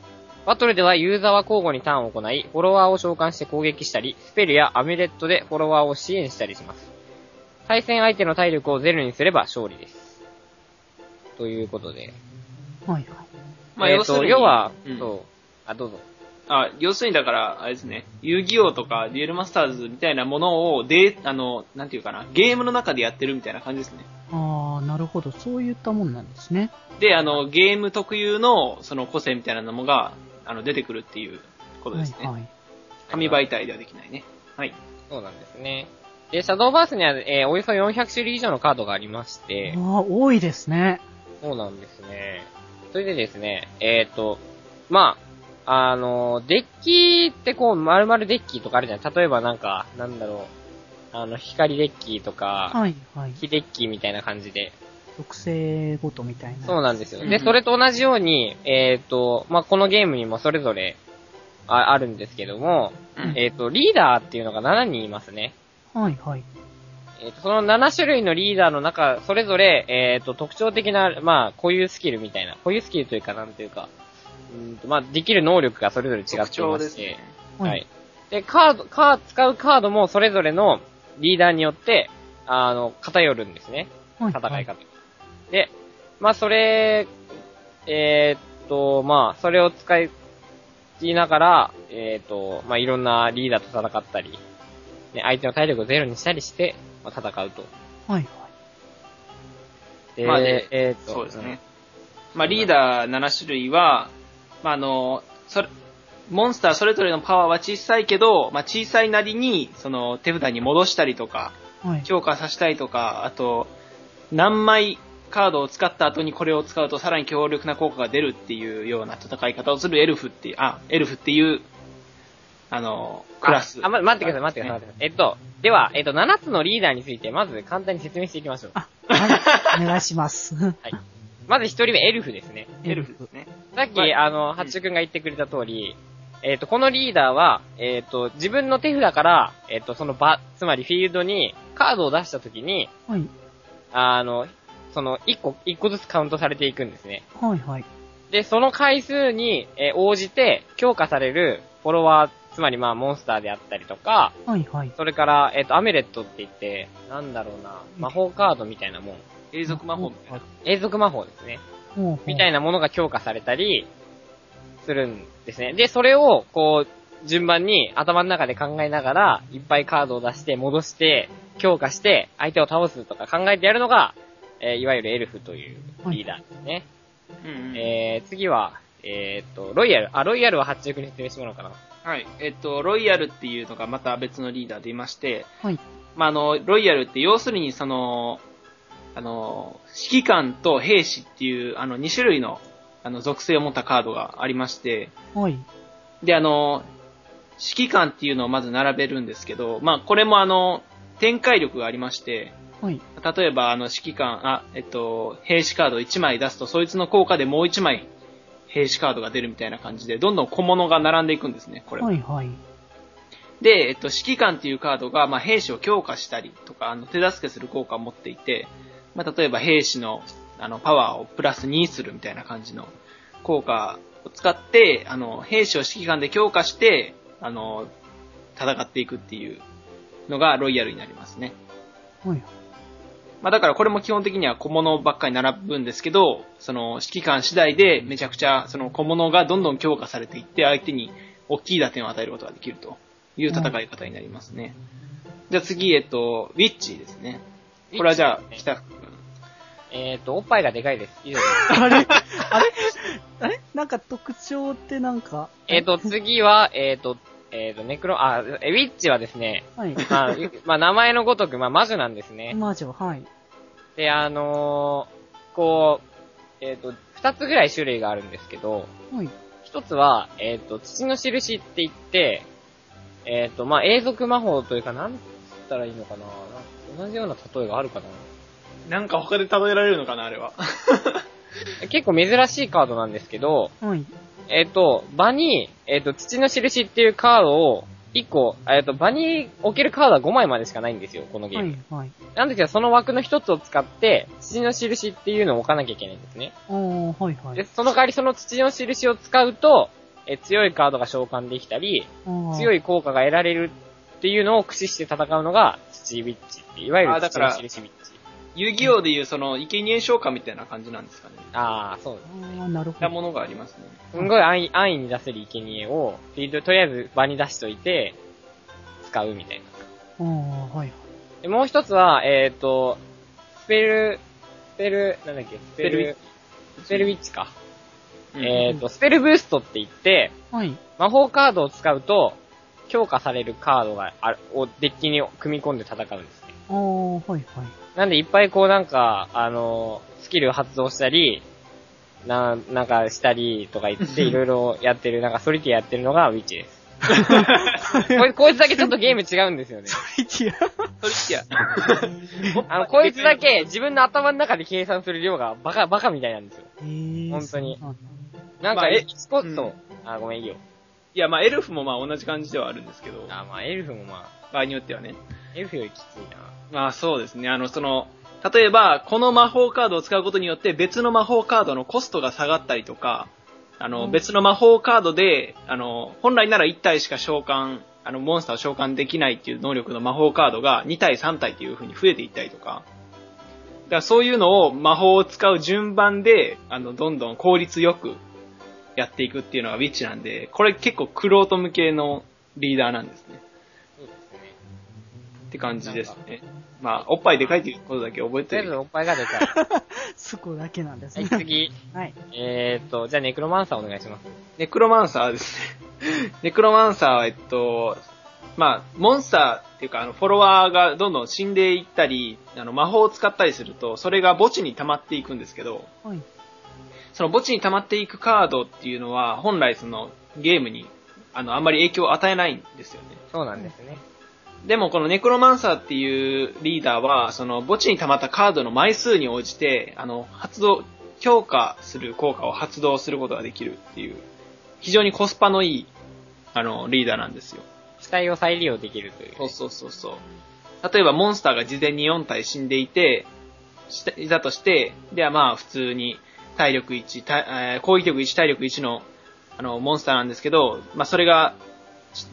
Speaker 2: バトルではユーザーは交互にターンを行い、フォロワーを召喚して攻撃したり、スペルやアミュレットでフォロワーを支援したりします。対戦相手の体力をゼロにすれば勝利です。ということで。
Speaker 1: はい。はい。
Speaker 4: まあ、
Speaker 2: えー
Speaker 4: 要する
Speaker 2: と、
Speaker 4: に
Speaker 2: 要は、
Speaker 4: うん
Speaker 2: そう。あ、どうぞ。
Speaker 4: あ、要するにだから、あれですね、遊戯王とかデュエルマスターズみたいなものを、で、あの、なんていうかな、ゲームの中でやってるみたいな感じですね。
Speaker 1: ああ、なるほど。そういったもんなんですね。
Speaker 4: で、あの、ゲーム特有の、その個性みたいなのが、あの、出てくるっていうことですね。
Speaker 1: はいはい。
Speaker 4: 紙媒体ではできないね。はい。
Speaker 2: そうなんですね。で、シャドーバースには、えーおよそ400種類以上のカードがありまして、
Speaker 1: ああ、多いですね。
Speaker 2: そうなんですね。それでですね、えっ、と、まあ、あの、デッキってこう、丸々デッキとかあるじゃない例えばなんか、なんだろう、あの、光デッキとか、
Speaker 1: はいはい。
Speaker 2: 火デッキみたいな感じで。
Speaker 1: 特性ごとみたいな。
Speaker 2: そうなんですよ。
Speaker 4: うん
Speaker 2: で、それと同じように、えっ、と、まあ、このゲームにもそれぞれああるんですけども、
Speaker 4: うん
Speaker 2: えっ、と、リーダーっていうのが7人いますね。
Speaker 1: はいはい。
Speaker 2: えーとその7種類のリーダーの中、それぞれ、えっ、と、特徴的な、まあ、こういうスキルみたいな、こういうスキルというか、なんていうか、うーんと、まあ、できる能力がそれぞれ違っていま
Speaker 4: 特徴で
Speaker 2: し
Speaker 4: す
Speaker 2: て、
Speaker 4: ね。
Speaker 2: はい。。で、カード、カー、使うカードもそれぞれのリーダーによって、あの、偏るんですね。
Speaker 1: はい
Speaker 2: 戦
Speaker 1: はい
Speaker 2: 方。で、まあ、それ、えーっと、まあ、それを使いながら、えーっと、まあ、いろんなリーダーと戦ったり、ね、相手の体力をゼロにしたりして、まあ、戦うと。
Speaker 1: はいはい。
Speaker 2: で
Speaker 4: まあね
Speaker 2: えーっと、
Speaker 4: そうですね。まあ、リーダー7種類は、まあ、あの、それ、モンスターそれぞれのパワーは小さいけど、まあ、小さいなりに、その、手札に戻したりとか、
Speaker 1: はい。
Speaker 4: 強化させたいとか、あと、何枚カードを使った後にこれを使うとさらに強力な効果が出るっていうような戦い方をするエルフっていう、あ、エルフっていう、あの、
Speaker 2: うん
Speaker 4: クラス。
Speaker 2: あ、あま、待ってください、待ってください、待ってください。えっと、では、えっと、7つのリーダーについて、まず簡単に説明していきましょう。
Speaker 1: あ、はい。お願いします。
Speaker 2: まず1人目、エルフですね。
Speaker 4: エルフですね。
Speaker 2: さっき、
Speaker 4: はい
Speaker 2: あの、八中くんが言ってくれた通り、えっ、と、このリーダーは、えっ、と、自分の手札から、えっ、と、その場、つまりフィールドにカードを出したときに、
Speaker 1: はい。
Speaker 2: あの、その、一個、一個ずつカウントされていくんですね。
Speaker 1: はいはい。
Speaker 2: で、その回数に、えー応じて強化されるフォロワー、つまりまあ、モンスターであったりとか、
Speaker 1: はいはい。
Speaker 2: それから、えっ、と、アメレットって言って、なんだろうな、魔法カードみたいなもん。
Speaker 4: 永続魔法みたいな。
Speaker 2: 永続魔法ですね。
Speaker 1: ほうほう
Speaker 2: みたいなものが強化されたりするんですね。で、それを、こう、順番に頭の中で考えながら、いっぱいカードを出して、戻して、強化して、相手を倒すとか考えてやるのが、えーいわゆるエルフというリーダーですね。
Speaker 4: うんうん
Speaker 2: えー、次は、えーっと、ロイヤル。あ、ロイヤルは発注に説明してもらおうかな。
Speaker 4: はい。えっと、ロイヤルっていうのがまた別のリーダーでいまして、
Speaker 1: はい。
Speaker 4: まあ、あの、ロイヤルって要するにその、あの、指揮官と兵士っていう、あの、2種類の、あの、属性を持ったカードがありまして、
Speaker 1: はい。
Speaker 4: で、あの、指揮官っていうのをまず並べるんですけど、まあ、これもあの、展開力がありまして、
Speaker 1: はい。
Speaker 4: 例えばあの指揮官、あ、えっと、兵士カード1枚出すと、そいつの効果でもう1枚兵士カードが出るみたいな感じで、どんどん小物が並んでいくんですね、これは。
Speaker 1: はいはい。
Speaker 4: で、えっと、指揮官っていうカードが、まあ、兵士を強化したりとか、あの、手助けする効果を持っていて、まあ、例えば兵士の、あの、パワーをプラス2するみたいな感じの効果を使って、あの、兵士を指揮官で強化して、あの、戦っていくっていうのがロイヤルになりますね。
Speaker 1: はい。
Speaker 4: まあ、だからこれも基本的には小物ばっかり並ぶんですけど、その指揮官次第でめちゃくちゃその小物がどんどん強化されていって相手に大きい打点を与えることができるという戦い方になりますね。じゃあ次、えっと、ウィッチですね。これはじゃあ、北福君。
Speaker 2: えーっと、おっぱいがでかいです。以上です。
Speaker 1: あれあれあれなんか特徴ってなんか。
Speaker 2: えーっと、次は、えーっと、えーっと、ネクロ、あ、えウィッチはですね、
Speaker 1: はい。
Speaker 2: まあ、 まあ、名前のごとく、まあ、魔女なんですね。
Speaker 1: 魔女、はい。
Speaker 2: で、あのーこう、えっ、と、二つぐらい種類があるんですけど、
Speaker 1: はい。
Speaker 2: 一つは、えっ、と、土の印って言って、えっ、と、まあ、永続魔法というか、なんつったらいいのかなな同じような例えがあるかな
Speaker 4: なんか他で例えられるのかな、あれ は。
Speaker 2: 結構珍しいカードなんですけど、
Speaker 1: はい。
Speaker 2: えっ、と、場に、えっ、と、土の印っていうカードを、一個、えっ、と、場に置けるカードは5枚までしかないんですよ、このゲー
Speaker 1: は
Speaker 2: ム。
Speaker 1: い。はい。
Speaker 2: なんですけど、その枠の一つを使って、土の印っていうのを置かなきゃいけないんですね。
Speaker 1: おー、はいは
Speaker 2: で、
Speaker 1: い。
Speaker 2: その代わりその土の印を使うと、え強いカードが召喚できたり、強
Speaker 1: い。
Speaker 2: い効果が得られるっていうのを駆使して戦うのが土ウィッチって、いわゆ
Speaker 4: あ
Speaker 2: る
Speaker 4: だ
Speaker 2: 土
Speaker 4: か
Speaker 2: の
Speaker 4: ら
Speaker 2: 印ウィッチ。
Speaker 4: 遊戯王でいうその、生贄召喚みたいな感じなんですかね。
Speaker 2: ああ、そうで
Speaker 1: ああ、なるほ
Speaker 4: そん
Speaker 1: ど。
Speaker 4: なものがありますね。
Speaker 2: す。すんごい安易安易に出せる生贄を、フィールドとりあえず場に出しといて、使うみたいな。
Speaker 1: ああ、はい。
Speaker 2: で、もう一つは、えっ、ー、と、スペル、スペル、なんだっけ、スペ
Speaker 4: ペルウィ
Speaker 2: ル、スペルウィッチか。
Speaker 4: うん
Speaker 2: えっ、ー、と、スペルブーストって言って、
Speaker 1: はい。
Speaker 2: 魔法カードを使うと、強化されるカードがある、をデッキに組み込んで戦うんですね。
Speaker 1: ああ、はい、はい。
Speaker 2: なんでいっぱいこうなんか、あの、スキル発動したり、な、なんかしたりとか 言って、いろいろやってる、なんかソリティアやってるのがウィッチです。 こいこいつだけちょっとゲーム違うんですよね。
Speaker 4: それってや。
Speaker 2: あの、こいつだけ自分の頭の中で計算する量がバカ、バカみたいなんですよ。
Speaker 1: えー、
Speaker 2: 本当に
Speaker 1: そうなんだ
Speaker 2: なん
Speaker 4: ま
Speaker 2: か、
Speaker 4: あ
Speaker 2: え
Speaker 4: え、
Speaker 2: スコッ
Speaker 4: う
Speaker 2: ト
Speaker 4: ん、
Speaker 2: あ、ごめん、いいよ。
Speaker 4: いや、まあエルフもまあ同じ感じではあるんですけど、
Speaker 2: あ、まあエルフもま
Speaker 4: 場合によってはね。
Speaker 2: あ、エルフよりきついな。
Speaker 4: まあそうですね。あの、その、例えば、この魔法カードを使うことによって別の魔法カードのコストが下がったりとか、あの、
Speaker 1: うん
Speaker 4: 別の魔法カードで、あの、本来なら1体しか召喚、あの、モンスターを召喚できないっていう能力の魔法カードが2体3体っていう風に増えていったりとか、だからそういうのを魔法を使う順番で、あの、どんどん効率よくやっていくっていうのがウィッチなんで、これ結構クロート向けのリーダーなんですね。
Speaker 2: そうですね。
Speaker 4: って感じですね。まあ、おっぱいでかいっていうことだけ覚え
Speaker 2: と
Speaker 4: て
Speaker 2: りあえず
Speaker 4: る。
Speaker 2: おっぱいがでかい。は
Speaker 1: そこだけなんですね
Speaker 2: い、。次。
Speaker 1: はい。
Speaker 2: えーっと、じゃあネクロマンサーお願いします。
Speaker 4: ネクロマンサーですね。 ネクロマンサーは、えっと、まあ、モンスターっていうか、あの、フォロワーがどんどん死んでいったり、あの、魔法を使ったりすると、それが墓地に溜まっていくんですけど、
Speaker 1: はい。
Speaker 4: その墓地に溜まっていくカードっていうのは、本来その、ゲームに、あの、あんまり影響を与えないんですよね。
Speaker 2: そうなんですね。
Speaker 4: でもこのネクロマンサーっていうリーダーは、その墓地に溜まったカードの枚数に応じて、あの、発動、強化する効果を発動することができるっていう、非常にコスパのいい、あの、リーダーなんですよ。
Speaker 2: 死体を再利用できるという。
Speaker 4: そうそうそうそう。例えばモンスターが事前に4体死んでいて、しただとして、ではまあ普通に体力1、体えー攻撃力1、体力1の、あの、モンスターなんですけど、まあそれが、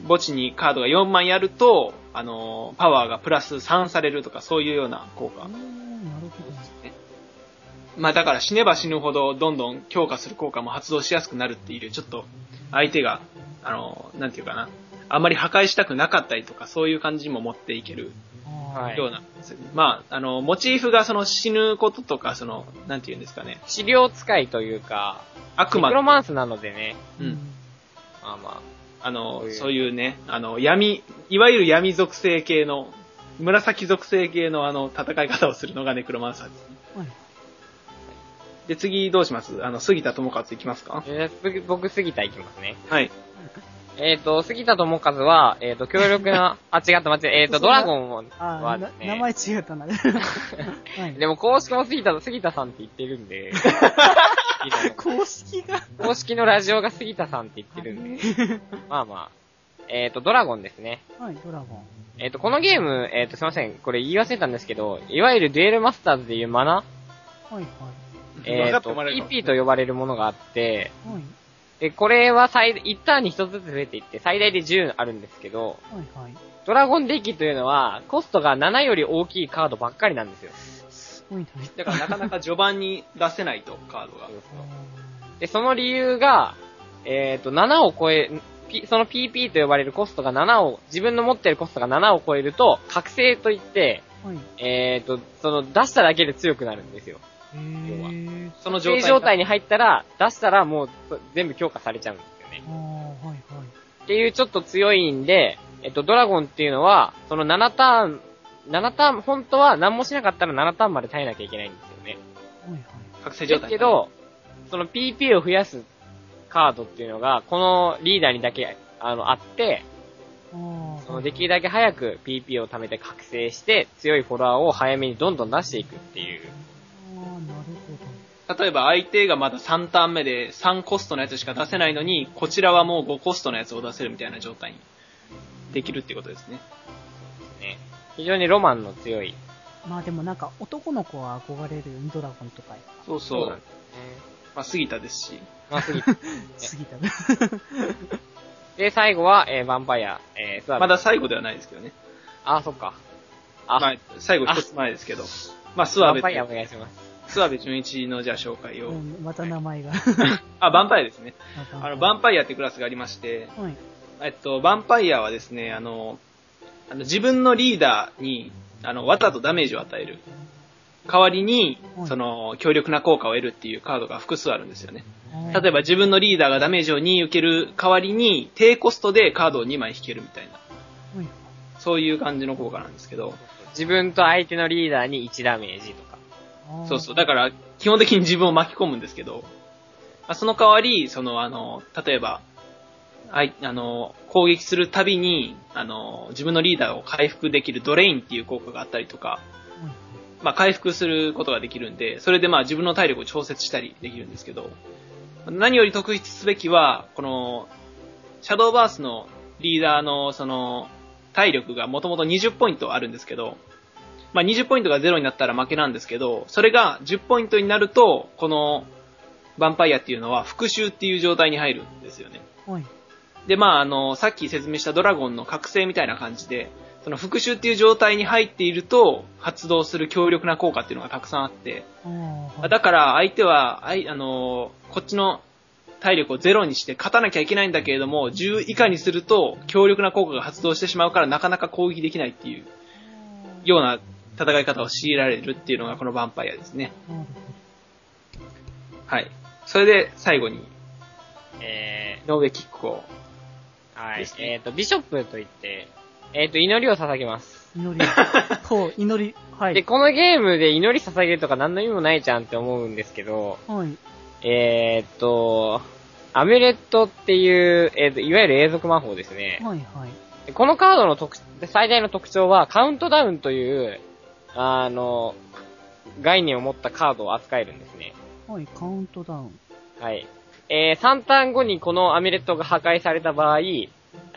Speaker 4: 墓地にカードが4枚やると、あの、パワーがプラス3されるとか、そういうような効
Speaker 1: あ
Speaker 4: 果
Speaker 1: ー。なるほど。
Speaker 4: まあだから死ねば死ぬほどどんどん強化する効果も発動しやすくなるっていう、ちょっと相手が、あの、なんていうかな、あんまり破壊したくなかったりとか、そういう感じも持っていける
Speaker 1: は
Speaker 2: はい
Speaker 4: ような、まあ、あの、モチーフがその死ぬこととか、その、なんて言うんですかね、
Speaker 2: 資料使いというか、
Speaker 4: 悪
Speaker 2: ネクロ
Speaker 4: 魔、
Speaker 2: マンスなのでね。
Speaker 4: う
Speaker 1: うん
Speaker 4: ん、
Speaker 2: まあま
Speaker 4: あの
Speaker 2: そういう、
Speaker 4: そういうね、あの、闇、いわゆる闇属性系の、紫属性系のあの、戦い方をするのがネクロマンサーですね。
Speaker 1: はい。
Speaker 4: で、次どうしますあの、杉田智和いきます
Speaker 2: あ
Speaker 4: か。
Speaker 2: えー次僕、杉田いきますね。
Speaker 4: はい。
Speaker 2: えーっと、杉田智和は、えーっと、強力な、あ、違った、間違えた。えーっと、ドラゴンを
Speaker 1: あ
Speaker 2: は
Speaker 1: あ、な
Speaker 2: です
Speaker 1: 名
Speaker 2: ね。
Speaker 1: 前違ったな。はい。
Speaker 2: でも公式も杉田、杉田さんって言ってるんで。
Speaker 1: 公式が。
Speaker 2: 公式のラジオが杉田さんって言ってるんで。まあまあ。えっ、と、ドラゴンですね。
Speaker 1: はい、ドラゴン。
Speaker 2: えっ、と、このゲーム、えっ、と、すいません。これ言い忘れたんですけど、いわゆるデュエルマスターズでいうマナ、
Speaker 1: はい、はい。
Speaker 2: えっ、と、
Speaker 4: ま
Speaker 2: PP と呼ばれるものがあって、
Speaker 1: はい、
Speaker 2: で、これは最、1ターンに1つずつ増えていって、最大で10あるんですけど、
Speaker 1: はい、はい。
Speaker 2: ドラゴンデッキというのは、コストが7より大きいカードばっかりなんですよ。
Speaker 1: すごいな。
Speaker 4: だからなかなか序盤に出せないと、カードが。
Speaker 2: で、その理由が、えっ、と、7を超え、P- その PP と呼ばれるコストが7を、自分の持ってるコストが7を超えると、覚醒といって、
Speaker 1: はい。
Speaker 2: えっ、と、その出しただけで強くなるんですよ。
Speaker 1: えー。
Speaker 4: その状
Speaker 2: 状
Speaker 4: 態
Speaker 2: 態状態に入ったら、出したらもうそ全部強化されちゃうんですよね
Speaker 1: あ。あ、はい、はい。
Speaker 2: っていうちょっと強いんで、えっ、と、ドラゴンっていうのは、その7ターン、7ターン、本当は何もしなかったら7ターンまで耐えなきゃいけないんですよね。
Speaker 1: はい、はい。
Speaker 4: 覚醒
Speaker 2: で
Speaker 4: 状
Speaker 2: す
Speaker 4: 態。
Speaker 2: け、ど、その PP を増やすカードっていうのが、このリーダーにだけ、あの、あって、
Speaker 1: ああ。
Speaker 2: そのできるだけ早く PP を貯めて覚醒して、強いフォロワーを早めにどんどん出していくっていう。
Speaker 1: ああ、なる
Speaker 4: 例えば相手がまだ3ターン目で3コストのやつしか出せないのに、こちらはもう5コストのやつを出せるみたいな状態にできるってことですね。
Speaker 2: ね。非常にロマンの強い。
Speaker 1: ほど。まあでもなんか男の子は憧れるよね、ドラゴンとか。
Speaker 4: そうそう。
Speaker 2: なん
Speaker 4: ま
Speaker 2: です
Speaker 4: あ、杉田ですし。
Speaker 2: まあ、次。
Speaker 1: 過ぎたね。
Speaker 2: で、最後は、えー、ヴァンパイア、えー、スワ
Speaker 4: ま
Speaker 2: ブ。
Speaker 4: だ最後ではないですけどね。
Speaker 2: あ、そっか。あ、
Speaker 4: まあ、最後一つ前ですけど。まあ、ス
Speaker 2: バ
Speaker 4: ワ
Speaker 2: ン
Speaker 4: ベ
Speaker 2: パイアお願いします。
Speaker 4: 諏訪部純一のじゃあ紹介を。
Speaker 1: うん、また名前が。
Speaker 4: あ、ヴァンパイアですね。あ
Speaker 1: あ
Speaker 4: の、ヴァンパイアってクラスがありまして、
Speaker 1: はい。
Speaker 4: えっと、ヴァンパイアはですね、あの、あの自分のリーダーに、あの、わざとダメージを与える。代わりに
Speaker 1: は、い
Speaker 4: その、強力な効果を得るっていうカードが複数あるんですよね。
Speaker 1: はい
Speaker 4: 例えば自分のリーダーがダメージを2受ける代わりに、低コストでカードを2枚引けるみたいな。
Speaker 1: はい
Speaker 4: そういう感じの効果なんですけど。
Speaker 2: 自分と相手のリーダーに1ダメージとか。
Speaker 4: そうそう。だから、基本的に自分を巻き込むんですけど、まあその代わり、その、あの、例えば、あい、あの、攻撃するたびに、あの、自分のリーダーを回復できるドレインっていう効果があったりとか、まあ、回復することができるんで、それでまあ自分の体力を調節したりできるんですけど、何より特筆すべきは、この、シャドーバースのリーダーの、その、体力がもともと20ポイントあるんですけど、まあ、20ポイントが0になったら負けなんですけど、それが10ポイントになると、この、ヴァンパイアっていうのは復讐っていう状態に入るんですよね。
Speaker 1: はい。
Speaker 4: で、まあ、あの、さっき説明したドラゴンの覚醒みたいな感じで、その復讐っていう状態に入っていると、発動する強力な効果っていうのがたくさんあって、
Speaker 1: あーはい
Speaker 4: だから相手は、あいあの、こっちの体力をゼロにして勝たなきゃいけないんだけれども、10以下にすると強力な効果が発動してしまうからなかなか攻撃できないっていうような戦い方を強いられるっていうのがこのヴァンパイアですね。
Speaker 1: なる
Speaker 4: はい。それで最後に、
Speaker 2: え
Speaker 4: 井上キックを。
Speaker 2: ー、は
Speaker 4: で
Speaker 2: い
Speaker 4: す。ね
Speaker 2: えっ、と、ビショップといって、えっ、と、祈りを捧げます。
Speaker 1: ほど祈り。ほう、祈り。はい。
Speaker 2: で、このゲームで祈り捧げるとか何の意味もないじゃんって思うんですけど、
Speaker 1: はい。
Speaker 2: えっ、と、アメレットっていう、えっ、と、いわゆる永続魔法ですね。
Speaker 1: はい、はい。
Speaker 2: でこのカードの特、最大の特徴は、カウントダウンという、あの、概念を持ったカードを扱えるんですね。
Speaker 1: はい、カウントダウン。
Speaker 2: はい。えー、3ターン後にこのアミュレットが破壊された場合、あ、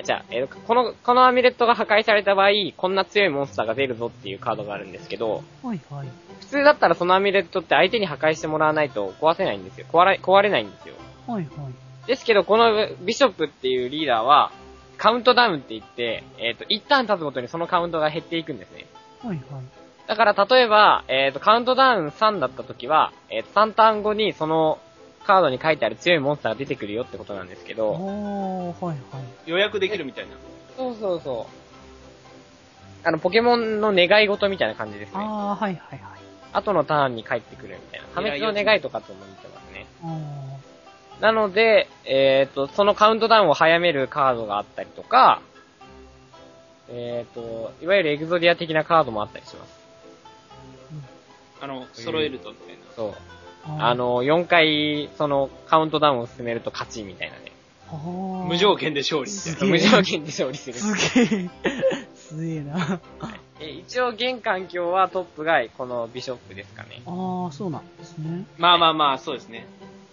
Speaker 2: じゃあ、えーこの、このアミュレットが破壊された場合、こんな強いモンスターが出るぞっていうカードがあるんですけど、
Speaker 1: はい、はい。
Speaker 2: 普通だったらそのアミュレットって相手に破壊してもらわないと壊せないんですよ。壊れ、壊れないんですよ。
Speaker 1: はい、はい。
Speaker 2: ですけど、このビショップっていうリーダーは、カウントダウンって言って、えっ、と、1ターン経つごとにそのカウントが減っていくんですね。
Speaker 1: はい、はい。
Speaker 2: だから、例えば、えっ、と、カウントダウン3だった時は、えっ、と、3ターン後にそのカードに書いてある強いモンスターが出てくるよってことなんですけど、
Speaker 1: おー、はい、はい。
Speaker 4: 予約できるみたいな。
Speaker 2: そうそうそう。あの、ポケモンの願い事みたいな感じですね。
Speaker 1: あー、はい、はい、はい。
Speaker 2: 後のターンに帰ってくるみたいな。破滅の願いとかとも似てますね。
Speaker 1: あ
Speaker 2: なので、えっ、と、そのカウントダウンを早めるカードがあったりとか、えっ、と、いわゆるエグゾディア的なカードもあったりします。
Speaker 4: あの、揃えるとみたいな。
Speaker 2: そう。
Speaker 1: ー
Speaker 2: あ、の、4回、その、カウントダウンを進めると勝ちみたいなね。
Speaker 1: あー
Speaker 4: 無条件で勝利みた
Speaker 1: す
Speaker 4: い な。
Speaker 1: げえ
Speaker 2: 無条件で勝利する。
Speaker 1: すげえ。すげえな。
Speaker 2: え一応、現環境はトップがこのビショップですかね。
Speaker 1: あー、そうなんですね。
Speaker 4: まあまあまあ、そうですね。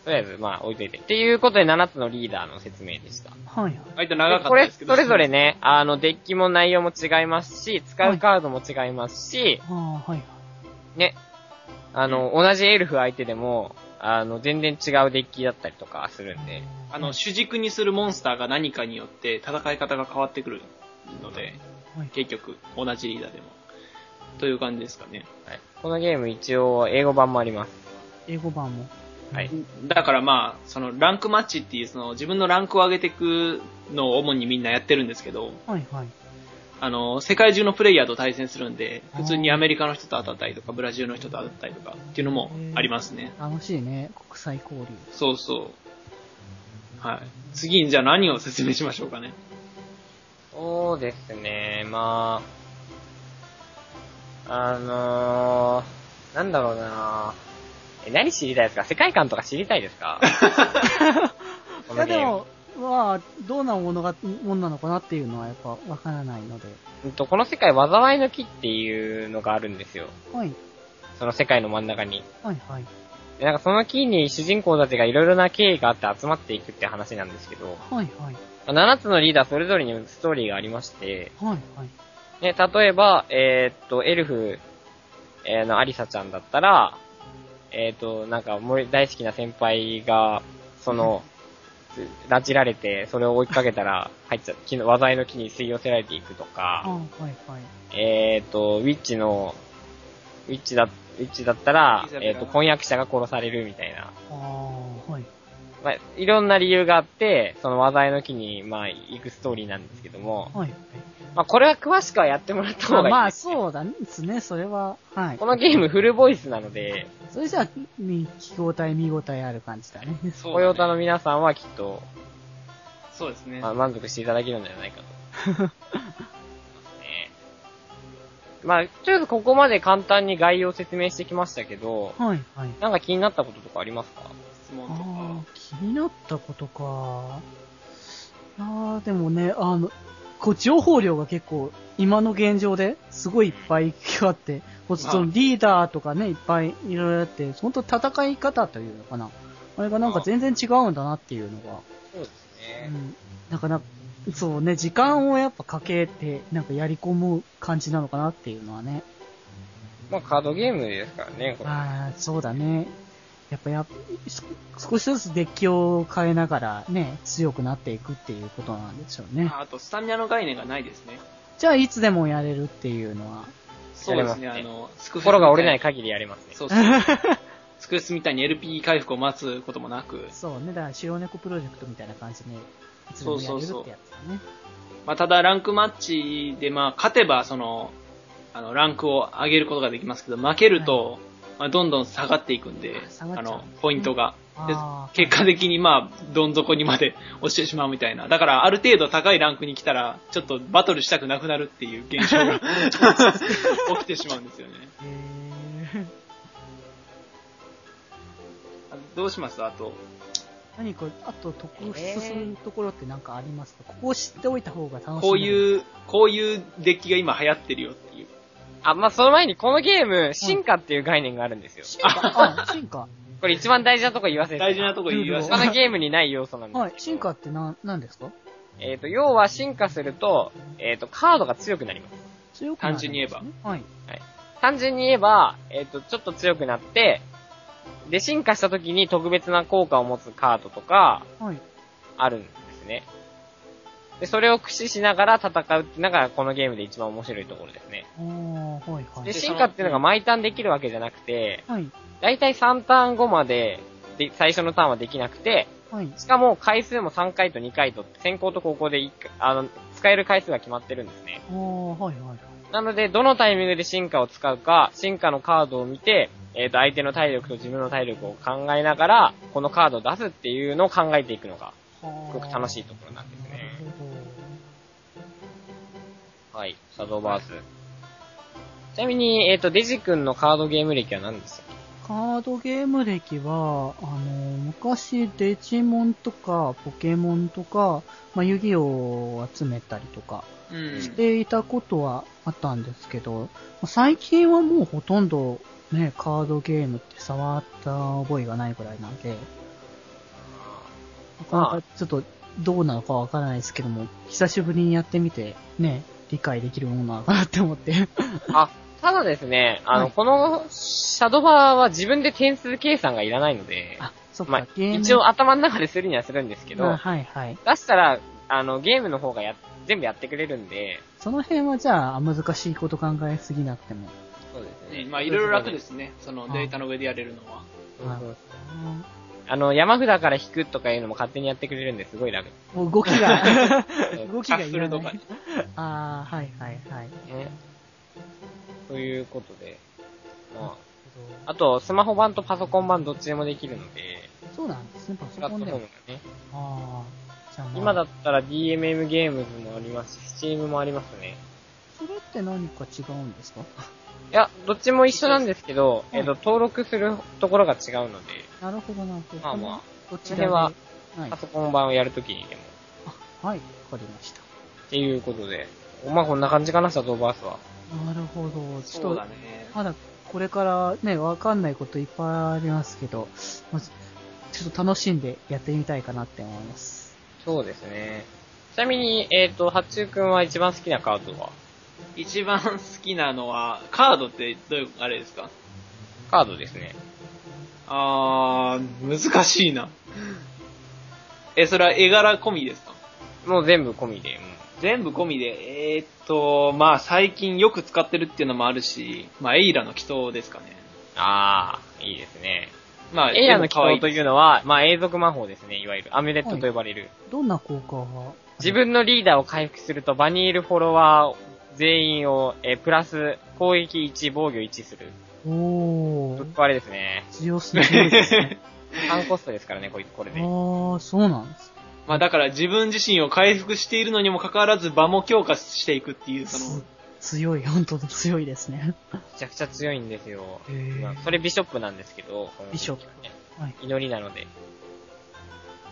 Speaker 2: とりあえず、まあ、置いといて。っていうことで、7つのリーダーの説明でした。
Speaker 1: はい、はい。
Speaker 4: 割と長か
Speaker 2: こ
Speaker 4: った
Speaker 2: れ、
Speaker 4: ですけ
Speaker 2: そ
Speaker 4: ど。
Speaker 2: れぞれね、あの、デッキも内容も違いますし、使うカードも違いますし、
Speaker 1: あー、はい、はい。
Speaker 2: ね、あの、同じエルフ相手でも、あの、全然違うデッキだったりとかするんで、
Speaker 4: あの、主軸にするモンスターが何かによって戦い方が変わってくるので、
Speaker 1: はい、
Speaker 4: 結局、同じリーダーでも。という感じですかね。
Speaker 2: はい、このゲーム一応、英語版もあります。
Speaker 1: 英語版も。
Speaker 2: はい。
Speaker 4: だからまあ、そのランクマッチっていう、その自分のランクを上げていくのを主にみんなやってるんですけど、
Speaker 1: はい、はい。
Speaker 4: あの、世界中のプレイヤーと対戦するんで、普通にアメリカの人と当たったりとか、ブラジルの人と当たったりとかっていうのもありますね。
Speaker 1: 楽しいね。国際交流。
Speaker 4: そうそう。はい。次にじゃあ何を説明しましょう かね。
Speaker 2: そうですね、まあ、あのー、なんだろうなえ、何知りたいですか世界観とか知りたいですか こ
Speaker 1: い
Speaker 2: の
Speaker 1: や
Speaker 2: ゲ
Speaker 1: で
Speaker 2: ーム
Speaker 1: も、まあ、どんなものが、もんなのかなっていうのはやっぱわからないので。
Speaker 2: うんと、この世界、災いの木っていうのがあるんですよ。
Speaker 1: はい、
Speaker 2: その世界の真ん中に。
Speaker 1: はい、はい。
Speaker 2: で、なんかその木に主人公たちがいろいろな経緯があって集まっていくって話なんですけど、
Speaker 1: はい、はい。
Speaker 2: 7つのリーダーそれぞれにストーリーがありまして、
Speaker 1: はい、はい。
Speaker 2: ね、例えば、えーっと、エルフ、えーのアリサちゃんだったら、えーっと、なんか、もう大好きな先輩が、その、拉致られて、それを追いかけたら、入っちゃ、木の、災いの木に吸い寄せられていくと
Speaker 1: あ
Speaker 2: か、
Speaker 1: はい、はい。
Speaker 2: えーっと、ウィッチの、ウィッチだ、ウィッチだったら
Speaker 4: イザ、ベラ
Speaker 2: えっ、と、婚約者が殺されるみたいな。
Speaker 1: ああ、はい。
Speaker 2: まあ、いろんな理由があって、その話題の木に、まあ、行くストーリーなんですけども、
Speaker 1: はい。
Speaker 2: まあ、これは詳しくはやってもらった方がいい
Speaker 1: ま
Speaker 2: です。
Speaker 1: あ、まあ、そうだね。ですね。それは、はい
Speaker 2: こ。のゲームフルボイスなので、
Speaker 1: それじゃあ、み聞き応え、見応えある感じだね。
Speaker 4: そう
Speaker 2: コヨタ
Speaker 4: だ
Speaker 2: の
Speaker 4: ね
Speaker 2: 皆さんはきっと、
Speaker 4: そうですね
Speaker 2: ま。あ、満足していただけるんじゃないかと。ねまあ、とりあえずここまで簡単に概要を説明してきましたけど、
Speaker 1: はい、はい。
Speaker 2: なんか気になったこととかありますか
Speaker 4: 質問とか。
Speaker 1: ああ、気になったことか。いやーでもね、あの、こう、情報量が結構、今の現状ですごいいっぱいあって、こうそのリーダーとかね、いっぱいいろいろあって、本当戦い方というのかな。あれがなんか全然違うんだなっていうのが。
Speaker 2: そうです
Speaker 1: う
Speaker 2: ね。
Speaker 1: ん。なかなか、そうね、時間をやっぱかけて、なんかやり込む感じなのかなっていうのはね。
Speaker 2: まあ、カードゲームですからね、これ。
Speaker 1: ああ、そうだね。やっぱやっす少しずつデッキを変えながらね、強くなっていくっていうことなんでしょうね。
Speaker 4: ああと、スタミナの概念がないですね。
Speaker 1: じゃあ、いつでもやれるっていうのは。
Speaker 4: そうですね、
Speaker 2: や
Speaker 4: あ
Speaker 2: れます
Speaker 4: の、スクフェスみた
Speaker 2: 心が折れない。限りやりますね。
Speaker 4: そうそう。スクフェスみたいに LP 回復を待つこともなく、
Speaker 1: そうね、だから、白猫プロジェクトみたいな感じで、いつでもやれるってやつだね。
Speaker 4: まあ、ただ、ランクマッチで、まあ、勝てば、その、あの、ランクを上げることができますけど、負けると、まあ、どんどん下がっていくんで、
Speaker 1: 下がっちゃうん
Speaker 4: あ
Speaker 1: ですね
Speaker 4: の、ポイントが。で
Speaker 1: あー
Speaker 4: 結果的に、まあ、どん底にまで落ちてしまうみたいな。だから、ある程度高いランクに来たら、ちょっとバトルしたくなくなるっていう現象が 起きてしまうんですよね。
Speaker 1: へー
Speaker 4: あどうしますあと、
Speaker 1: 何これ、あと、特筆するところってなんかありますか、ここを知っておいた方が楽しい。
Speaker 4: こう
Speaker 1: う。
Speaker 4: いう、こういうデッキが今流行ってるよっていう。
Speaker 2: あ、まあ、その前にこのゲーム、進化っていう概念があるんですよ。
Speaker 1: 進 化、あ、進化。
Speaker 2: これ一番大事なとこ言わせて。
Speaker 4: 大事なとこ言いました
Speaker 2: 他
Speaker 1: ルールを
Speaker 2: のゲームにない要素なんですけど
Speaker 1: はい、進化ってな、何ですか
Speaker 2: えっ、と、要は進化すると、えっ、と、カードが強くなります。
Speaker 1: 強くなるんですね
Speaker 4: 単純に
Speaker 1: はい。
Speaker 2: 単純に言えば、えっ、と、ちょっと強くなって、で、進化した時に特別な効果を持つカードとか、
Speaker 1: はい。
Speaker 2: あるんですね。で、それを駆使しながら戦うってのが、このゲームで一番面白いところですね。
Speaker 1: あー、はい、は
Speaker 2: で、
Speaker 1: い。
Speaker 2: 進化っていうのが毎ターンできるわけじゃなくて、
Speaker 1: はい、
Speaker 2: だいたい3ターン後まで、で、最初のターンはできなくて、
Speaker 1: はい。
Speaker 2: しかも回数も3回と2回と、先行と後攻で一回、あの、使える回数が決まってるんですね。
Speaker 1: あー、はい、はい。
Speaker 2: なので、どのタイミングで進化を使うか、進化のカードを見て、えっ、と、相手の体力と自分の体力を考えながら、このカードを出すっていうのを考えていくのが、
Speaker 1: は
Speaker 2: す
Speaker 1: ー
Speaker 2: ごく楽しいところなんです
Speaker 1: なる
Speaker 2: ね。
Speaker 1: ほど。
Speaker 2: はい。シャドーバース。ちなみに、えっ、と、デジ君のカードゲーム歴は何でしたっ
Speaker 1: カードゲーム歴は、あの、昔デジモンとかポケモンとか、まあ、遊戯王を集めたりとか
Speaker 4: うん
Speaker 1: していたことはあったんですけど、まあ最近はもうほとんどね、カードゲームって触った覚えがないくらいなんで、なかなかちょっとどうなのかわからないですけども、久しぶりにやってみて、ね、理解できるものなのかなって思 って。
Speaker 2: けあ、ただですね、あの、
Speaker 1: はい
Speaker 2: この、シャドーバーは自分で点数計算がいらないので、
Speaker 1: あ、そっか、
Speaker 2: まあ、
Speaker 1: ゲーム。
Speaker 2: 一応頭の中でするにはするんですけど、
Speaker 1: まあはいはい。
Speaker 2: 出したら、あの、ゲームの方がや、全部やってくれるんで、
Speaker 1: その辺はじゃあ難しいこと考えすぎなくても。
Speaker 2: そうです
Speaker 4: ねまあ、いろいろ楽ですね。そのデータの上でやれるのは。
Speaker 2: そうそうあの、山札から引くとかいうのも勝手にやってくれるんですごい楽で
Speaker 1: もう動き が、
Speaker 2: す ね。
Speaker 1: 動きがいら
Speaker 4: シャッフルと
Speaker 1: な
Speaker 4: か
Speaker 1: い。ああ、はいはいはい。
Speaker 2: ねということで、まあ、あと、スマホ版とパソコン版どっちでもできるので、
Speaker 1: そうなんですね、パ
Speaker 2: プ
Speaker 1: ソ
Speaker 2: ラッ
Speaker 1: コ
Speaker 2: ト
Speaker 1: ン
Speaker 2: フォ
Speaker 1: で
Speaker 2: ー
Speaker 1: も
Speaker 2: ムが。ね。
Speaker 1: ああ、じゃあ、まあ、
Speaker 2: 今だったら DMM ゲームズもありますし、Steam もありますね。
Speaker 1: それって何か違うんですか
Speaker 2: いや、どっちも一緒なんですけど、
Speaker 1: うん
Speaker 2: えっと、登録するところが違うので、
Speaker 1: なるほどなるほど。
Speaker 2: まあま
Speaker 1: あ、どちら
Speaker 2: それ
Speaker 1: で
Speaker 2: は
Speaker 1: はい
Speaker 2: パ。ソコン版をやるときにでも。
Speaker 1: あはい、わかりました。
Speaker 2: っていうことで、まあこんな感じかな、シャドーバースは。
Speaker 1: なるほど。ち
Speaker 4: そ
Speaker 1: ょ
Speaker 4: う
Speaker 1: っと
Speaker 4: だ、ね。
Speaker 1: まだこれからね、わかんないこといっぱいありますけど、まず、ちょっと楽しんでやってみたいかなって思います。
Speaker 2: そうですね。ちなみに、えっ、と、八中くんは一番好きなカードは
Speaker 4: 一番好きなのは、カードってどういう、あれですか
Speaker 2: カードですね。
Speaker 4: あー、難しいな。え、それは絵柄込みですか
Speaker 2: もう全部込みで。
Speaker 4: 全部込みで、えーっと、まあ最近よく使ってるっていうのもあるし、まあエイラの祈祷ですかね。
Speaker 2: ああ、いいですね。
Speaker 4: まあ、
Speaker 2: エイヤの
Speaker 4: 可愛
Speaker 2: 祈祷
Speaker 4: い
Speaker 2: というのは、まあ、永続魔法ですね、いわゆる。アメレットと呼ばれる。
Speaker 1: どんな効果は
Speaker 2: 自分のリーダーを回復すると、場にいるフォロワー全員を、えープラス、攻撃1、防御1する。
Speaker 1: お
Speaker 2: ぶっ
Speaker 1: ー、
Speaker 2: 壊れですね。
Speaker 1: 強すぎるですね。
Speaker 2: 3コストですからね、こいこれ
Speaker 1: あ
Speaker 2: で。
Speaker 1: ー、そうなんです。
Speaker 4: まあだから自分自身を回復しているのにもかかわらず場も強化していくっていう、その、
Speaker 1: 強い、本当に強いですね。
Speaker 2: めちゃくちゃ強いんですよ。
Speaker 1: へー
Speaker 2: まあそれビショップなんですけど、この
Speaker 1: ビショップ
Speaker 2: 時はね
Speaker 1: はい。
Speaker 2: 祈りなので。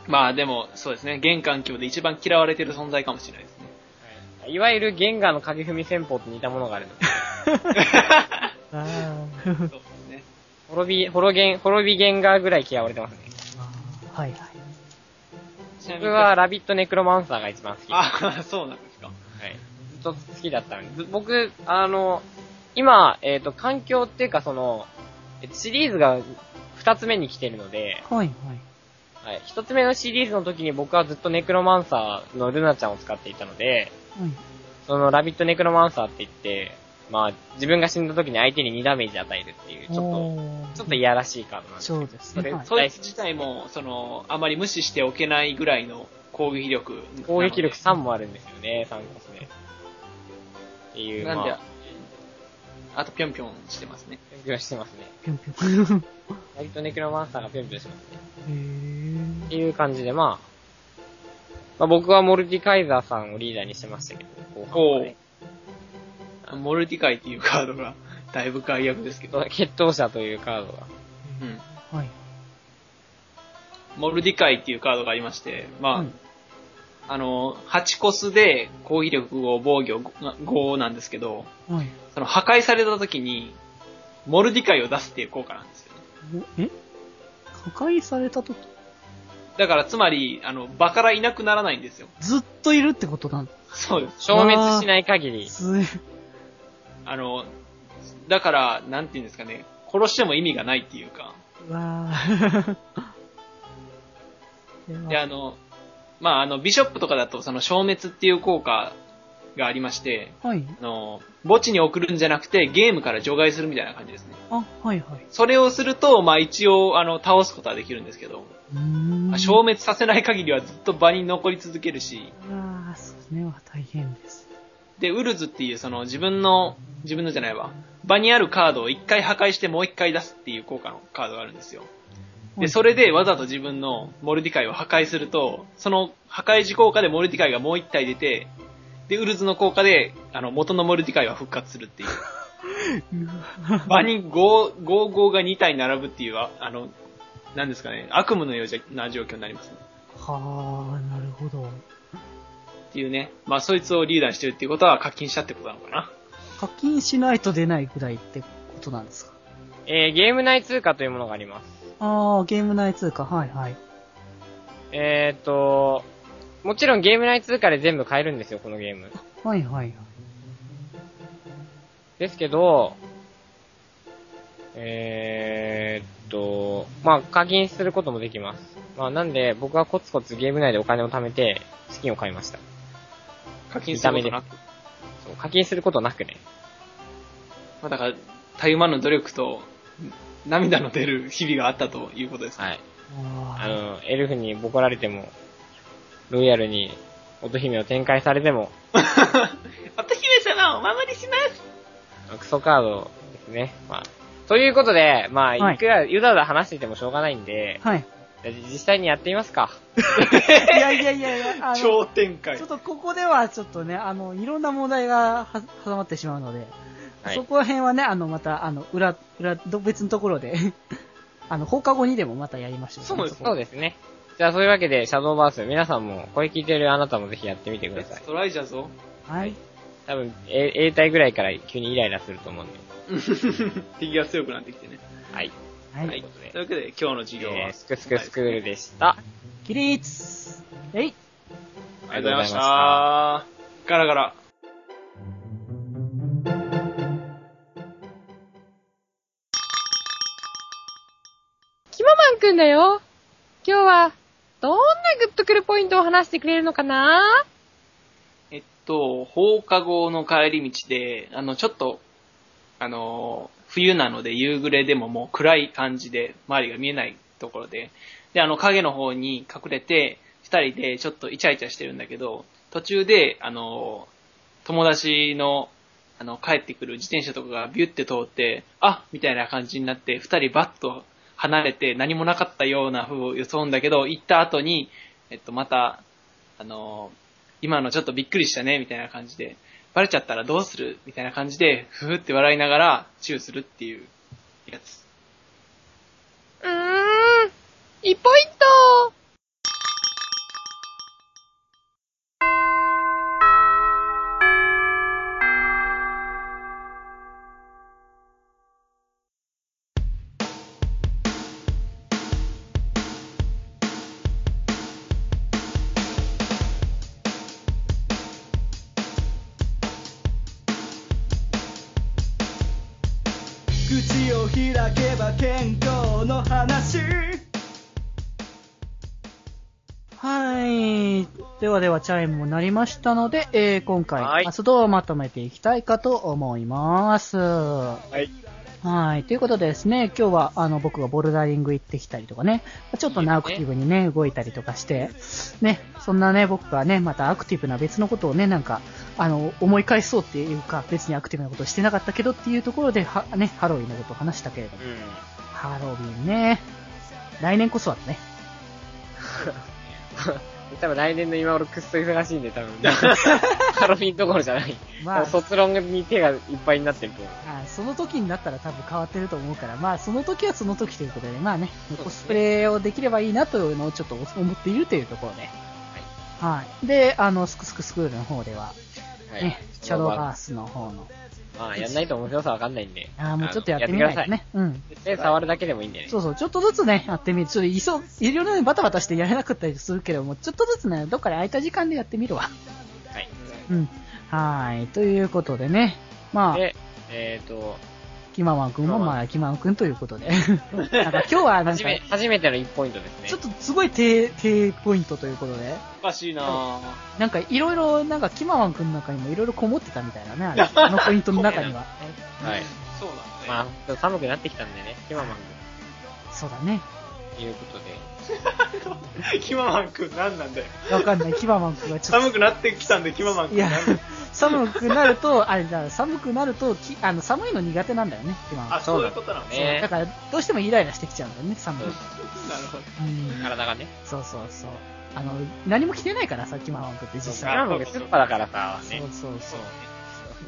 Speaker 4: まあでもそうですね、現環境で一番嫌われてる存在かもしれないですね。
Speaker 2: いわゆるゲンガーの影踏み戦法と似たものがあるの。
Speaker 1: あー
Speaker 4: そうですね。
Speaker 2: 滅び、滅ゲン、滅びゲンガーぐらい嫌われてますね。
Speaker 1: はいはい。
Speaker 4: ちなみ
Speaker 2: 僕
Speaker 4: に、
Speaker 2: はラビットネクロマンサーが一番好き。はい。
Speaker 4: あ、そうなんですか。
Speaker 2: ずっと好きだったんで。ず僕、あの、今、えっ、と、環境っていうかその、えっとシリーズが二つ目に来てるので、
Speaker 1: はいはい。
Speaker 2: はい。一つ目のシリーズの時に僕はずっとネクロマンサーのルナちゃんを使っていたので、
Speaker 1: うん
Speaker 2: そのラビットネクロマンサーって言って、まあ、自分が死んだ時に相手に2ダメージ与えるっていう、ちょっ
Speaker 1: おー
Speaker 2: と、ちょっといやらしいカードなんですけ
Speaker 1: そ
Speaker 2: ど
Speaker 1: うです
Speaker 2: それ
Speaker 1: ね。はい
Speaker 4: そいつ自体も、その、あまり無視しておけないぐらいの攻撃力。
Speaker 2: 攻撃力3もあるんですよね、3コスで。っていう、
Speaker 4: なん
Speaker 2: ま
Speaker 4: で、
Speaker 2: あ、
Speaker 4: あとぴょんぴょんしてますね。
Speaker 2: ぴょんぴょんしてますね。
Speaker 1: ぴょんぴょん。へ
Speaker 2: 割とネクロマンサーがぴょんぴょんしてますね。
Speaker 1: ー
Speaker 2: っていう感じで、まあ、まあ僕はモルティカイザーさんをリーダーにしてましたけど、後半はね。
Speaker 4: モルティカイっていうカードが、 だいぶ外役ですけど。
Speaker 2: 決闘者というカードが。
Speaker 4: うん。
Speaker 1: はい。
Speaker 4: モルディカイっていうカードがありまして、まあ、
Speaker 1: うん
Speaker 4: あの、8コスで攻撃力を防御5なんですけど、
Speaker 1: はい。
Speaker 4: その破壊された時に、モルディカイを出すっていう効果なんですよね。
Speaker 1: おえ破壊されたとき、
Speaker 4: だから、つまり、あの、場からいなくならないんですよ。
Speaker 1: ずっといるってことなんだ。
Speaker 4: そうです。
Speaker 2: 消滅しない限り、
Speaker 1: す
Speaker 4: あの、だから、なんていうんですかね、殺しても意味がないっていうか、
Speaker 1: わぁ。
Speaker 4: で、あの、まあ、あの、ビショップとかだと、その、消滅っていう効果がありまして、
Speaker 1: はい。
Speaker 4: あの、墓地に送るんじゃなくて、ゲームから除外するみたいな感じですね。
Speaker 1: あ、はいはい。
Speaker 4: それをすると、まあ一応、あの、倒すことはできるんですけど、
Speaker 1: うーん。
Speaker 4: まあ消滅させない限りはずっと場に残り続けるし、
Speaker 1: ああ、そうですね。わ大変です。
Speaker 4: で、ウルズっていうその自分の、自分のじゃないわ、場にあるカードを一回破壊してもう一回出すっていう効果のカードがあるんですよ。
Speaker 1: は
Speaker 4: で、
Speaker 1: い
Speaker 4: それでわざと自分のモルディカイを破壊すると、その破壊時効果でモルディカイがもう一体出て、で、ウルズの効果で、あの、元のモルディカイは復活するっていう。場に5、5、5が2体並ぶっていう、ああの、なんですかね、悪夢のようじゃな状況になりますね。
Speaker 1: はあ、なるほど。
Speaker 4: っていうね。まあ、そいつをリーダーにしてるっていうことは課金したってことなのかな。
Speaker 1: 課金しないと出ないぐらいってことなんですか
Speaker 2: えー、ゲーム内通貨というものがあります。
Speaker 1: ああ、ゲーム内通貨。はいはい。
Speaker 2: えーっと、もちろんゲーム内通貨で全部買えるんですよ、このゲーム。
Speaker 1: はいはいはい。
Speaker 2: ですけど、えーっと、まあ、課金することもできます。まあ、なんで、僕はコツコツゲーム内でお金を貯めて、資金を買いました。
Speaker 4: 課金することなく。
Speaker 2: そう、課金することなくね。
Speaker 4: まあ、だから、たゆまぬ努力と、涙の出る日々があったということですね。
Speaker 2: はい。あ
Speaker 1: あ
Speaker 2: の、エルフにボコられても、ロイヤルに乙姫を展開されても、
Speaker 4: 乙姫様、お守りします
Speaker 2: クソカードですね。まあ、ということで、まあ、
Speaker 1: はい
Speaker 2: いくら、ゆだゆだ話していてもしょうがないんで、
Speaker 1: あ。はい。
Speaker 2: じゃあ実際にやってみますか。
Speaker 1: いやいやいやいや、あの、ちょ
Speaker 4: 超展開。
Speaker 1: っとここではちょっとね、あの、いろんな問題がは挟まってしまうので、
Speaker 2: はい
Speaker 1: そこら辺はね、あの、また、あの、裏、裏、ど別のところで、 あの、放課後にでもまたやりましょう。
Speaker 4: そうです
Speaker 2: そうですね。じゃあ、そういうわけで、シャドーバース、皆さんも、これ聞いてるあなたもぜひやってみてください。
Speaker 4: トライじゃ ぞ。
Speaker 1: はい。
Speaker 2: 多分、A, A 体ぐらいから急にイライラすると思うんで。
Speaker 4: 敵が強くなってきてね。
Speaker 2: はい。
Speaker 1: はい。
Speaker 4: はい。というわけで、今日の授業
Speaker 2: えー
Speaker 4: は、
Speaker 2: すくすくスクールでした。
Speaker 1: 起立えい
Speaker 4: ありがとうございました。ガラガラ。
Speaker 5: キママンくんだよ。今日は、どんなグッとくるポイントを話してくれるのかな
Speaker 4: えっと、放課後の帰り道で、あの、ちょっと、あのー冬なので夕暮れでももう暗い感じで、周りが見えないところで、で、あの、影の方に隠れて、二人でちょっとイチャイチャしてるんだけど、途中で、あの、友達の、あの、帰ってくる自転車とかがビュって通って、あみたいな感じになって、二人バッと離れて何もなかったような風を装うんだけど、行った後に、えっと、また、あの、今のちょっとびっくりしたね、みたいな感じで、バレちゃったらどうするみたいな感じで、ふふって笑いながら、チューするっていうやつ。
Speaker 5: うーん。一ポイント
Speaker 6: 口を開けば健康の話
Speaker 1: はい。ではでは、チャイムも鳴りましたので、えー今
Speaker 2: は
Speaker 1: 回、
Speaker 2: い。
Speaker 1: 活動をまとめていきたいかと思います。はいはい。ということでですね、今日は、あの、僕がボルダリング行ってきたりとかね、ちょっとね、アクティブにね、動いたりとかして、ね、そんなね、僕がね、またアクティブな別のことをね、なんか、あの、思い返そうっていうか、別にアクティブなことをしてなかったけどっていうところで、は、ね、ハロウィンのことを話したけれども、
Speaker 2: うん。
Speaker 1: ハロウィンね、来年こそはね、
Speaker 2: 多分来年の今頃くっそ忙しいんで、 多分、ね、ハロウィンどころじゃない。
Speaker 1: まあ、
Speaker 2: 卒論に手がいっぱいになってると思う。
Speaker 1: あーその時になったら多分変わってると思うから、まあその時はその時ということで、まあね、コスプレをできればいいなというのをちょっと思っているというところで。はい。で、あの、スクスクスクールの方では、
Speaker 2: はい。
Speaker 1: ね、シャドーバースの方の、
Speaker 2: まあ、やんないと面白さわかんないんで。
Speaker 1: ああ、もうちょっとや
Speaker 2: あの
Speaker 1: ってみないと
Speaker 2: やって
Speaker 1: ね。うん。
Speaker 2: ください。で、触るだけでもいいんだよね。
Speaker 1: そうそう、ちょっとずつね、やってみる。ちょっと急、いろいろね、バタバタしてやれなかったりするけども、ちょっとずつね、どっかで空いた時間でやってみるわ。
Speaker 2: はい。
Speaker 1: うん。はい。ということでね、まあ、
Speaker 2: で、えっ、ー、と、
Speaker 1: キママン君もまあ、キママン君ということ で。なんか今日はなん
Speaker 2: 初
Speaker 1: か、
Speaker 2: め、初めての1ポイントですね。
Speaker 1: ちょっとすごい低、低ポイントということで、
Speaker 4: おかしいなぁ。
Speaker 1: なんかいろいろ、なんかキマワンくんの中にもいろいろこもってたみたいなね、あれあのポイントの中には。
Speaker 2: はい。
Speaker 4: そうなんだね。
Speaker 2: まあ、ちょっと寒くなってきたんでね、今まで、
Speaker 1: そうだね。
Speaker 2: ということで。
Speaker 4: キママンくん何なんだよ。
Speaker 1: わかんない、キマワンくんはちょっ
Speaker 4: 寒くなってきたんで、キママン
Speaker 1: と。い
Speaker 4: くん何
Speaker 1: や
Speaker 4: なんだよ。、
Speaker 1: 寒くなると、あれだ、寒くなると、きあの寒いの苦手なんだよね、キマワン
Speaker 4: あ、そういうことなのね。
Speaker 1: そうだ
Speaker 2: ね
Speaker 1: から、どうしてもイライラしてきちゃうんだよね、寒い。
Speaker 2: そう
Speaker 4: なるほど。
Speaker 1: うん。
Speaker 2: 体がね。
Speaker 1: そうそうそう。あの、何も着てないからさ、キマワンくんって実
Speaker 2: キマ
Speaker 1: 際。
Speaker 2: マンがスーパーだからさ、
Speaker 1: そう
Speaker 2: ね。
Speaker 1: そうそ
Speaker 4: そうう。ね。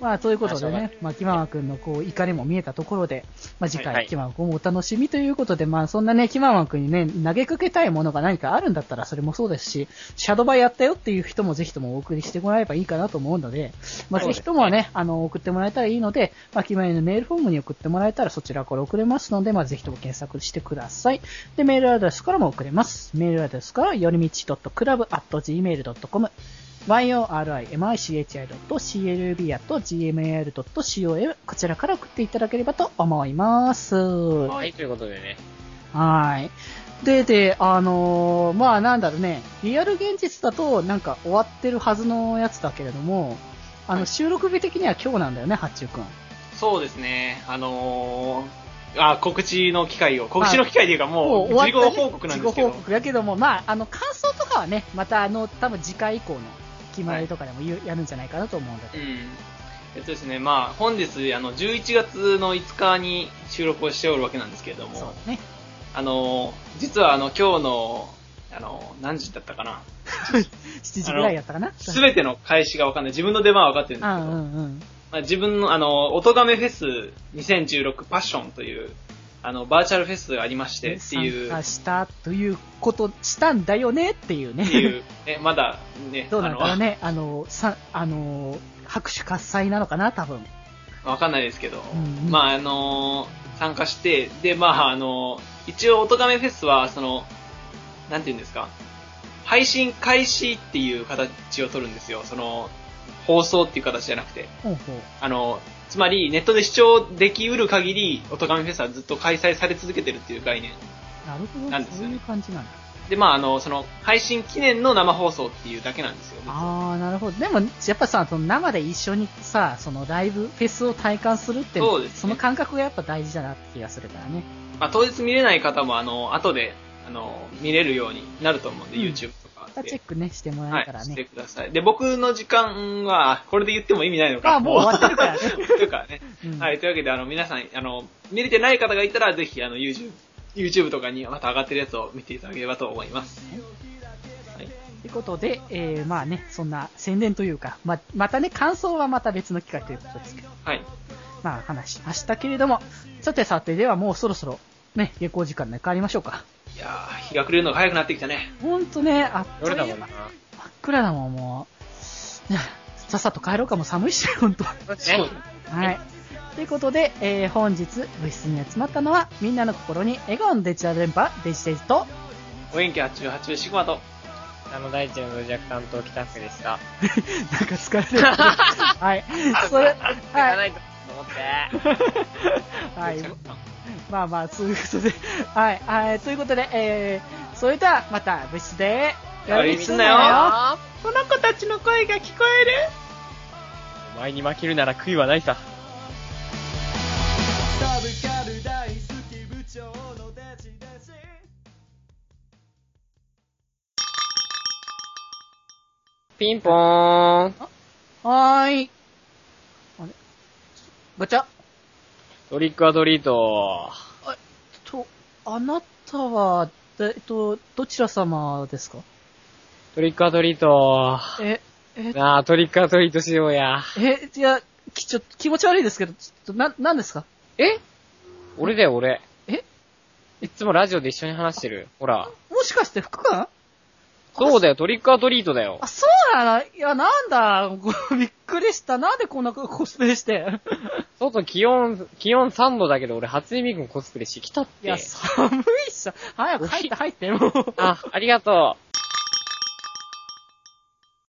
Speaker 1: まあ、ということで
Speaker 2: まあしょうがな
Speaker 1: ね、まあ、キママくんのこう、怒りも見えたところで、まあ、次
Speaker 2: は
Speaker 1: 回、
Speaker 2: い
Speaker 1: キママくんもお楽しみということで、まあ、そんなね、キママくんにね、投げかけたいものが何かあるんだったら、それもそうですし、シャドバやったよっていう人もぜひともお送りしてもらえばいいかなと思うので、まあ、
Speaker 2: はい
Speaker 1: ぜひともね、あの、送ってもらえたらいいので、まあ、キマへのメールフォームに送ってもらえたら、そちらから送れますので、まあ、ぜひとも検索してください。で、メールアドレスからも送れます。メールアドレスから、よりみち .club.gmail.com、yorimichi.clb.gmail.com こちらから送っていただければと思います。は
Speaker 2: はい、ということでね。
Speaker 1: い。で、で、あのーまあなんだろうね、リアル現実だとなんか終わってるはずのやつだけれども、あの、収録日的には今日なんだよね、八中くん。
Speaker 4: そうですね。あのー、あ、告知の機会を、告知の機会というかもう、事後報告なんですけ
Speaker 1: 事
Speaker 4: ど
Speaker 1: 後報。告だけども、まあ、あの、感想とかはね、またあの、多分次回以降の決まりとかでも言う、やるんじゃないかなと思うんだけど
Speaker 4: う。ん。えっとですね、まあ、本日、あの、11月の5日に収録をしておるわけなんですけれど
Speaker 1: そう
Speaker 4: も、
Speaker 1: だね。
Speaker 4: あのー、実はあの、今日の、あの、何時だったかな。
Speaker 1: 7時ぐらいやったかな。
Speaker 4: すべての開始がわかんない。自分の出番はわかってるんです
Speaker 1: あ
Speaker 4: けど、
Speaker 1: うんうん。
Speaker 4: まあ、自分の、あの、音亀フェス2016パッションという、あの、バーチャルフェスがありまして、っていう、
Speaker 1: 参加したということ、したんだよねっていうね。
Speaker 4: って いう、ね、まだね、
Speaker 1: どうなんだろ
Speaker 4: あ
Speaker 1: う
Speaker 4: の、
Speaker 1: ね。あの、さ、あの、拍手喝采なのかな、多分。
Speaker 4: わかんないですけど、
Speaker 1: うんうん
Speaker 4: まあ、あのー参加して、で、まあ、あのー一応、音亀フェスは、その、なんていうんですか、配信開始っていう形を取るんですよ。その、放送っていう形じゃなくて。
Speaker 1: ほうほう。
Speaker 4: あの、つまり、ネットで視聴できうる限り、音亀フェスはずっと開催され続けてるっていう概念。
Speaker 1: なるほど。
Speaker 4: なんですよね
Speaker 1: そういう感じなんだ。
Speaker 4: で、まあ、あの、その、配信記念の生放送っていうだけなんですよ。
Speaker 1: ああ、なるほど。でも、やっぱさ、その生で一緒にさ、そのライブ、フェスを体感するって、
Speaker 4: そうですね
Speaker 1: の感覚がやっぱ大事だなって気がするからね。
Speaker 4: まあ、当日見れない方も、あの、後で、あの、見れるようになると思うんで、
Speaker 1: うん
Speaker 4: YouTube とか
Speaker 1: また
Speaker 4: で。
Speaker 1: チェックね、してもら
Speaker 4: は
Speaker 1: えたら
Speaker 4: い、して
Speaker 1: ね。
Speaker 4: ください。で、僕の時間は、これで言っても意味ないのか。
Speaker 1: あもう終わってるからね
Speaker 4: 終わってるからね。
Speaker 1: うん
Speaker 4: はい、というわけで、あの、皆さん、あの、見れてない方がいたら、ぜひ、あの、YouTube、YouTube とかにまた上がってるやつを見ていただければと思います。
Speaker 1: ということで、えー、まあね、そんな宣伝というか、ま、またね、感想はまた別の機会ということですけど、
Speaker 4: はい。
Speaker 1: まあ話しましたけれども、さてさて、ではもうそろそろ、ね、下校時間に帰りましょうか。
Speaker 4: いやー、日が暮れるのが早くなってきたね。
Speaker 1: ほんとね、あっと
Speaker 2: 夜だ
Speaker 1: い
Speaker 2: も
Speaker 1: うん間
Speaker 2: な。
Speaker 1: 真っ暗だもん、もう。いやさっさと帰ろうかも寒いし、ほんと。
Speaker 2: ね。
Speaker 1: はい。ということで、えー本日、部室に集まったのは、みんなの心に笑顔のデジタル電波、デジデジと、
Speaker 4: お元気88シグマと、
Speaker 2: あの、第一の無弱担当北福でし
Speaker 1: なん
Speaker 2: た。
Speaker 1: か疲れ てる。はい。それ、
Speaker 2: 行か
Speaker 1: は。
Speaker 2: ないいと思って。
Speaker 1: はい。まあまあ、そういうことで。はい。はい。ということで、えー、それでは、また、部室で、
Speaker 4: やりすんなよ
Speaker 1: この子たちの声が聞こえる
Speaker 2: お前に負けるなら悔いはないさ。
Speaker 6: サブカル大好き部長のデジデジ
Speaker 2: ピンポーン。
Speaker 1: はーい。あれガチャ
Speaker 2: トリックアドリート。
Speaker 1: と、あなたは、えっと、どちら様ですか
Speaker 2: トリックアドリート。
Speaker 1: え、え、
Speaker 2: なあ、トリックアドリートしようや。
Speaker 1: え、いや、き、ちょっと気持ち悪いですけど、ちょっと、な、なんですかえ
Speaker 2: 俺だよ、俺。
Speaker 1: え
Speaker 2: いっつもラジオで一緒に話してる。ほら。
Speaker 1: もしかして福君
Speaker 2: そうだよ、トリックアドリートだよ
Speaker 1: あ、。そうなのいや、なんだ、ごびっくりした。なんでこんなコスプレして。
Speaker 2: 外気温、気温3度だけど俺初音ミクのコスプレしてきたっ
Speaker 1: い
Speaker 2: て
Speaker 1: や、。寒いっしょ。早く入って入って、もう。
Speaker 2: あ、ありがと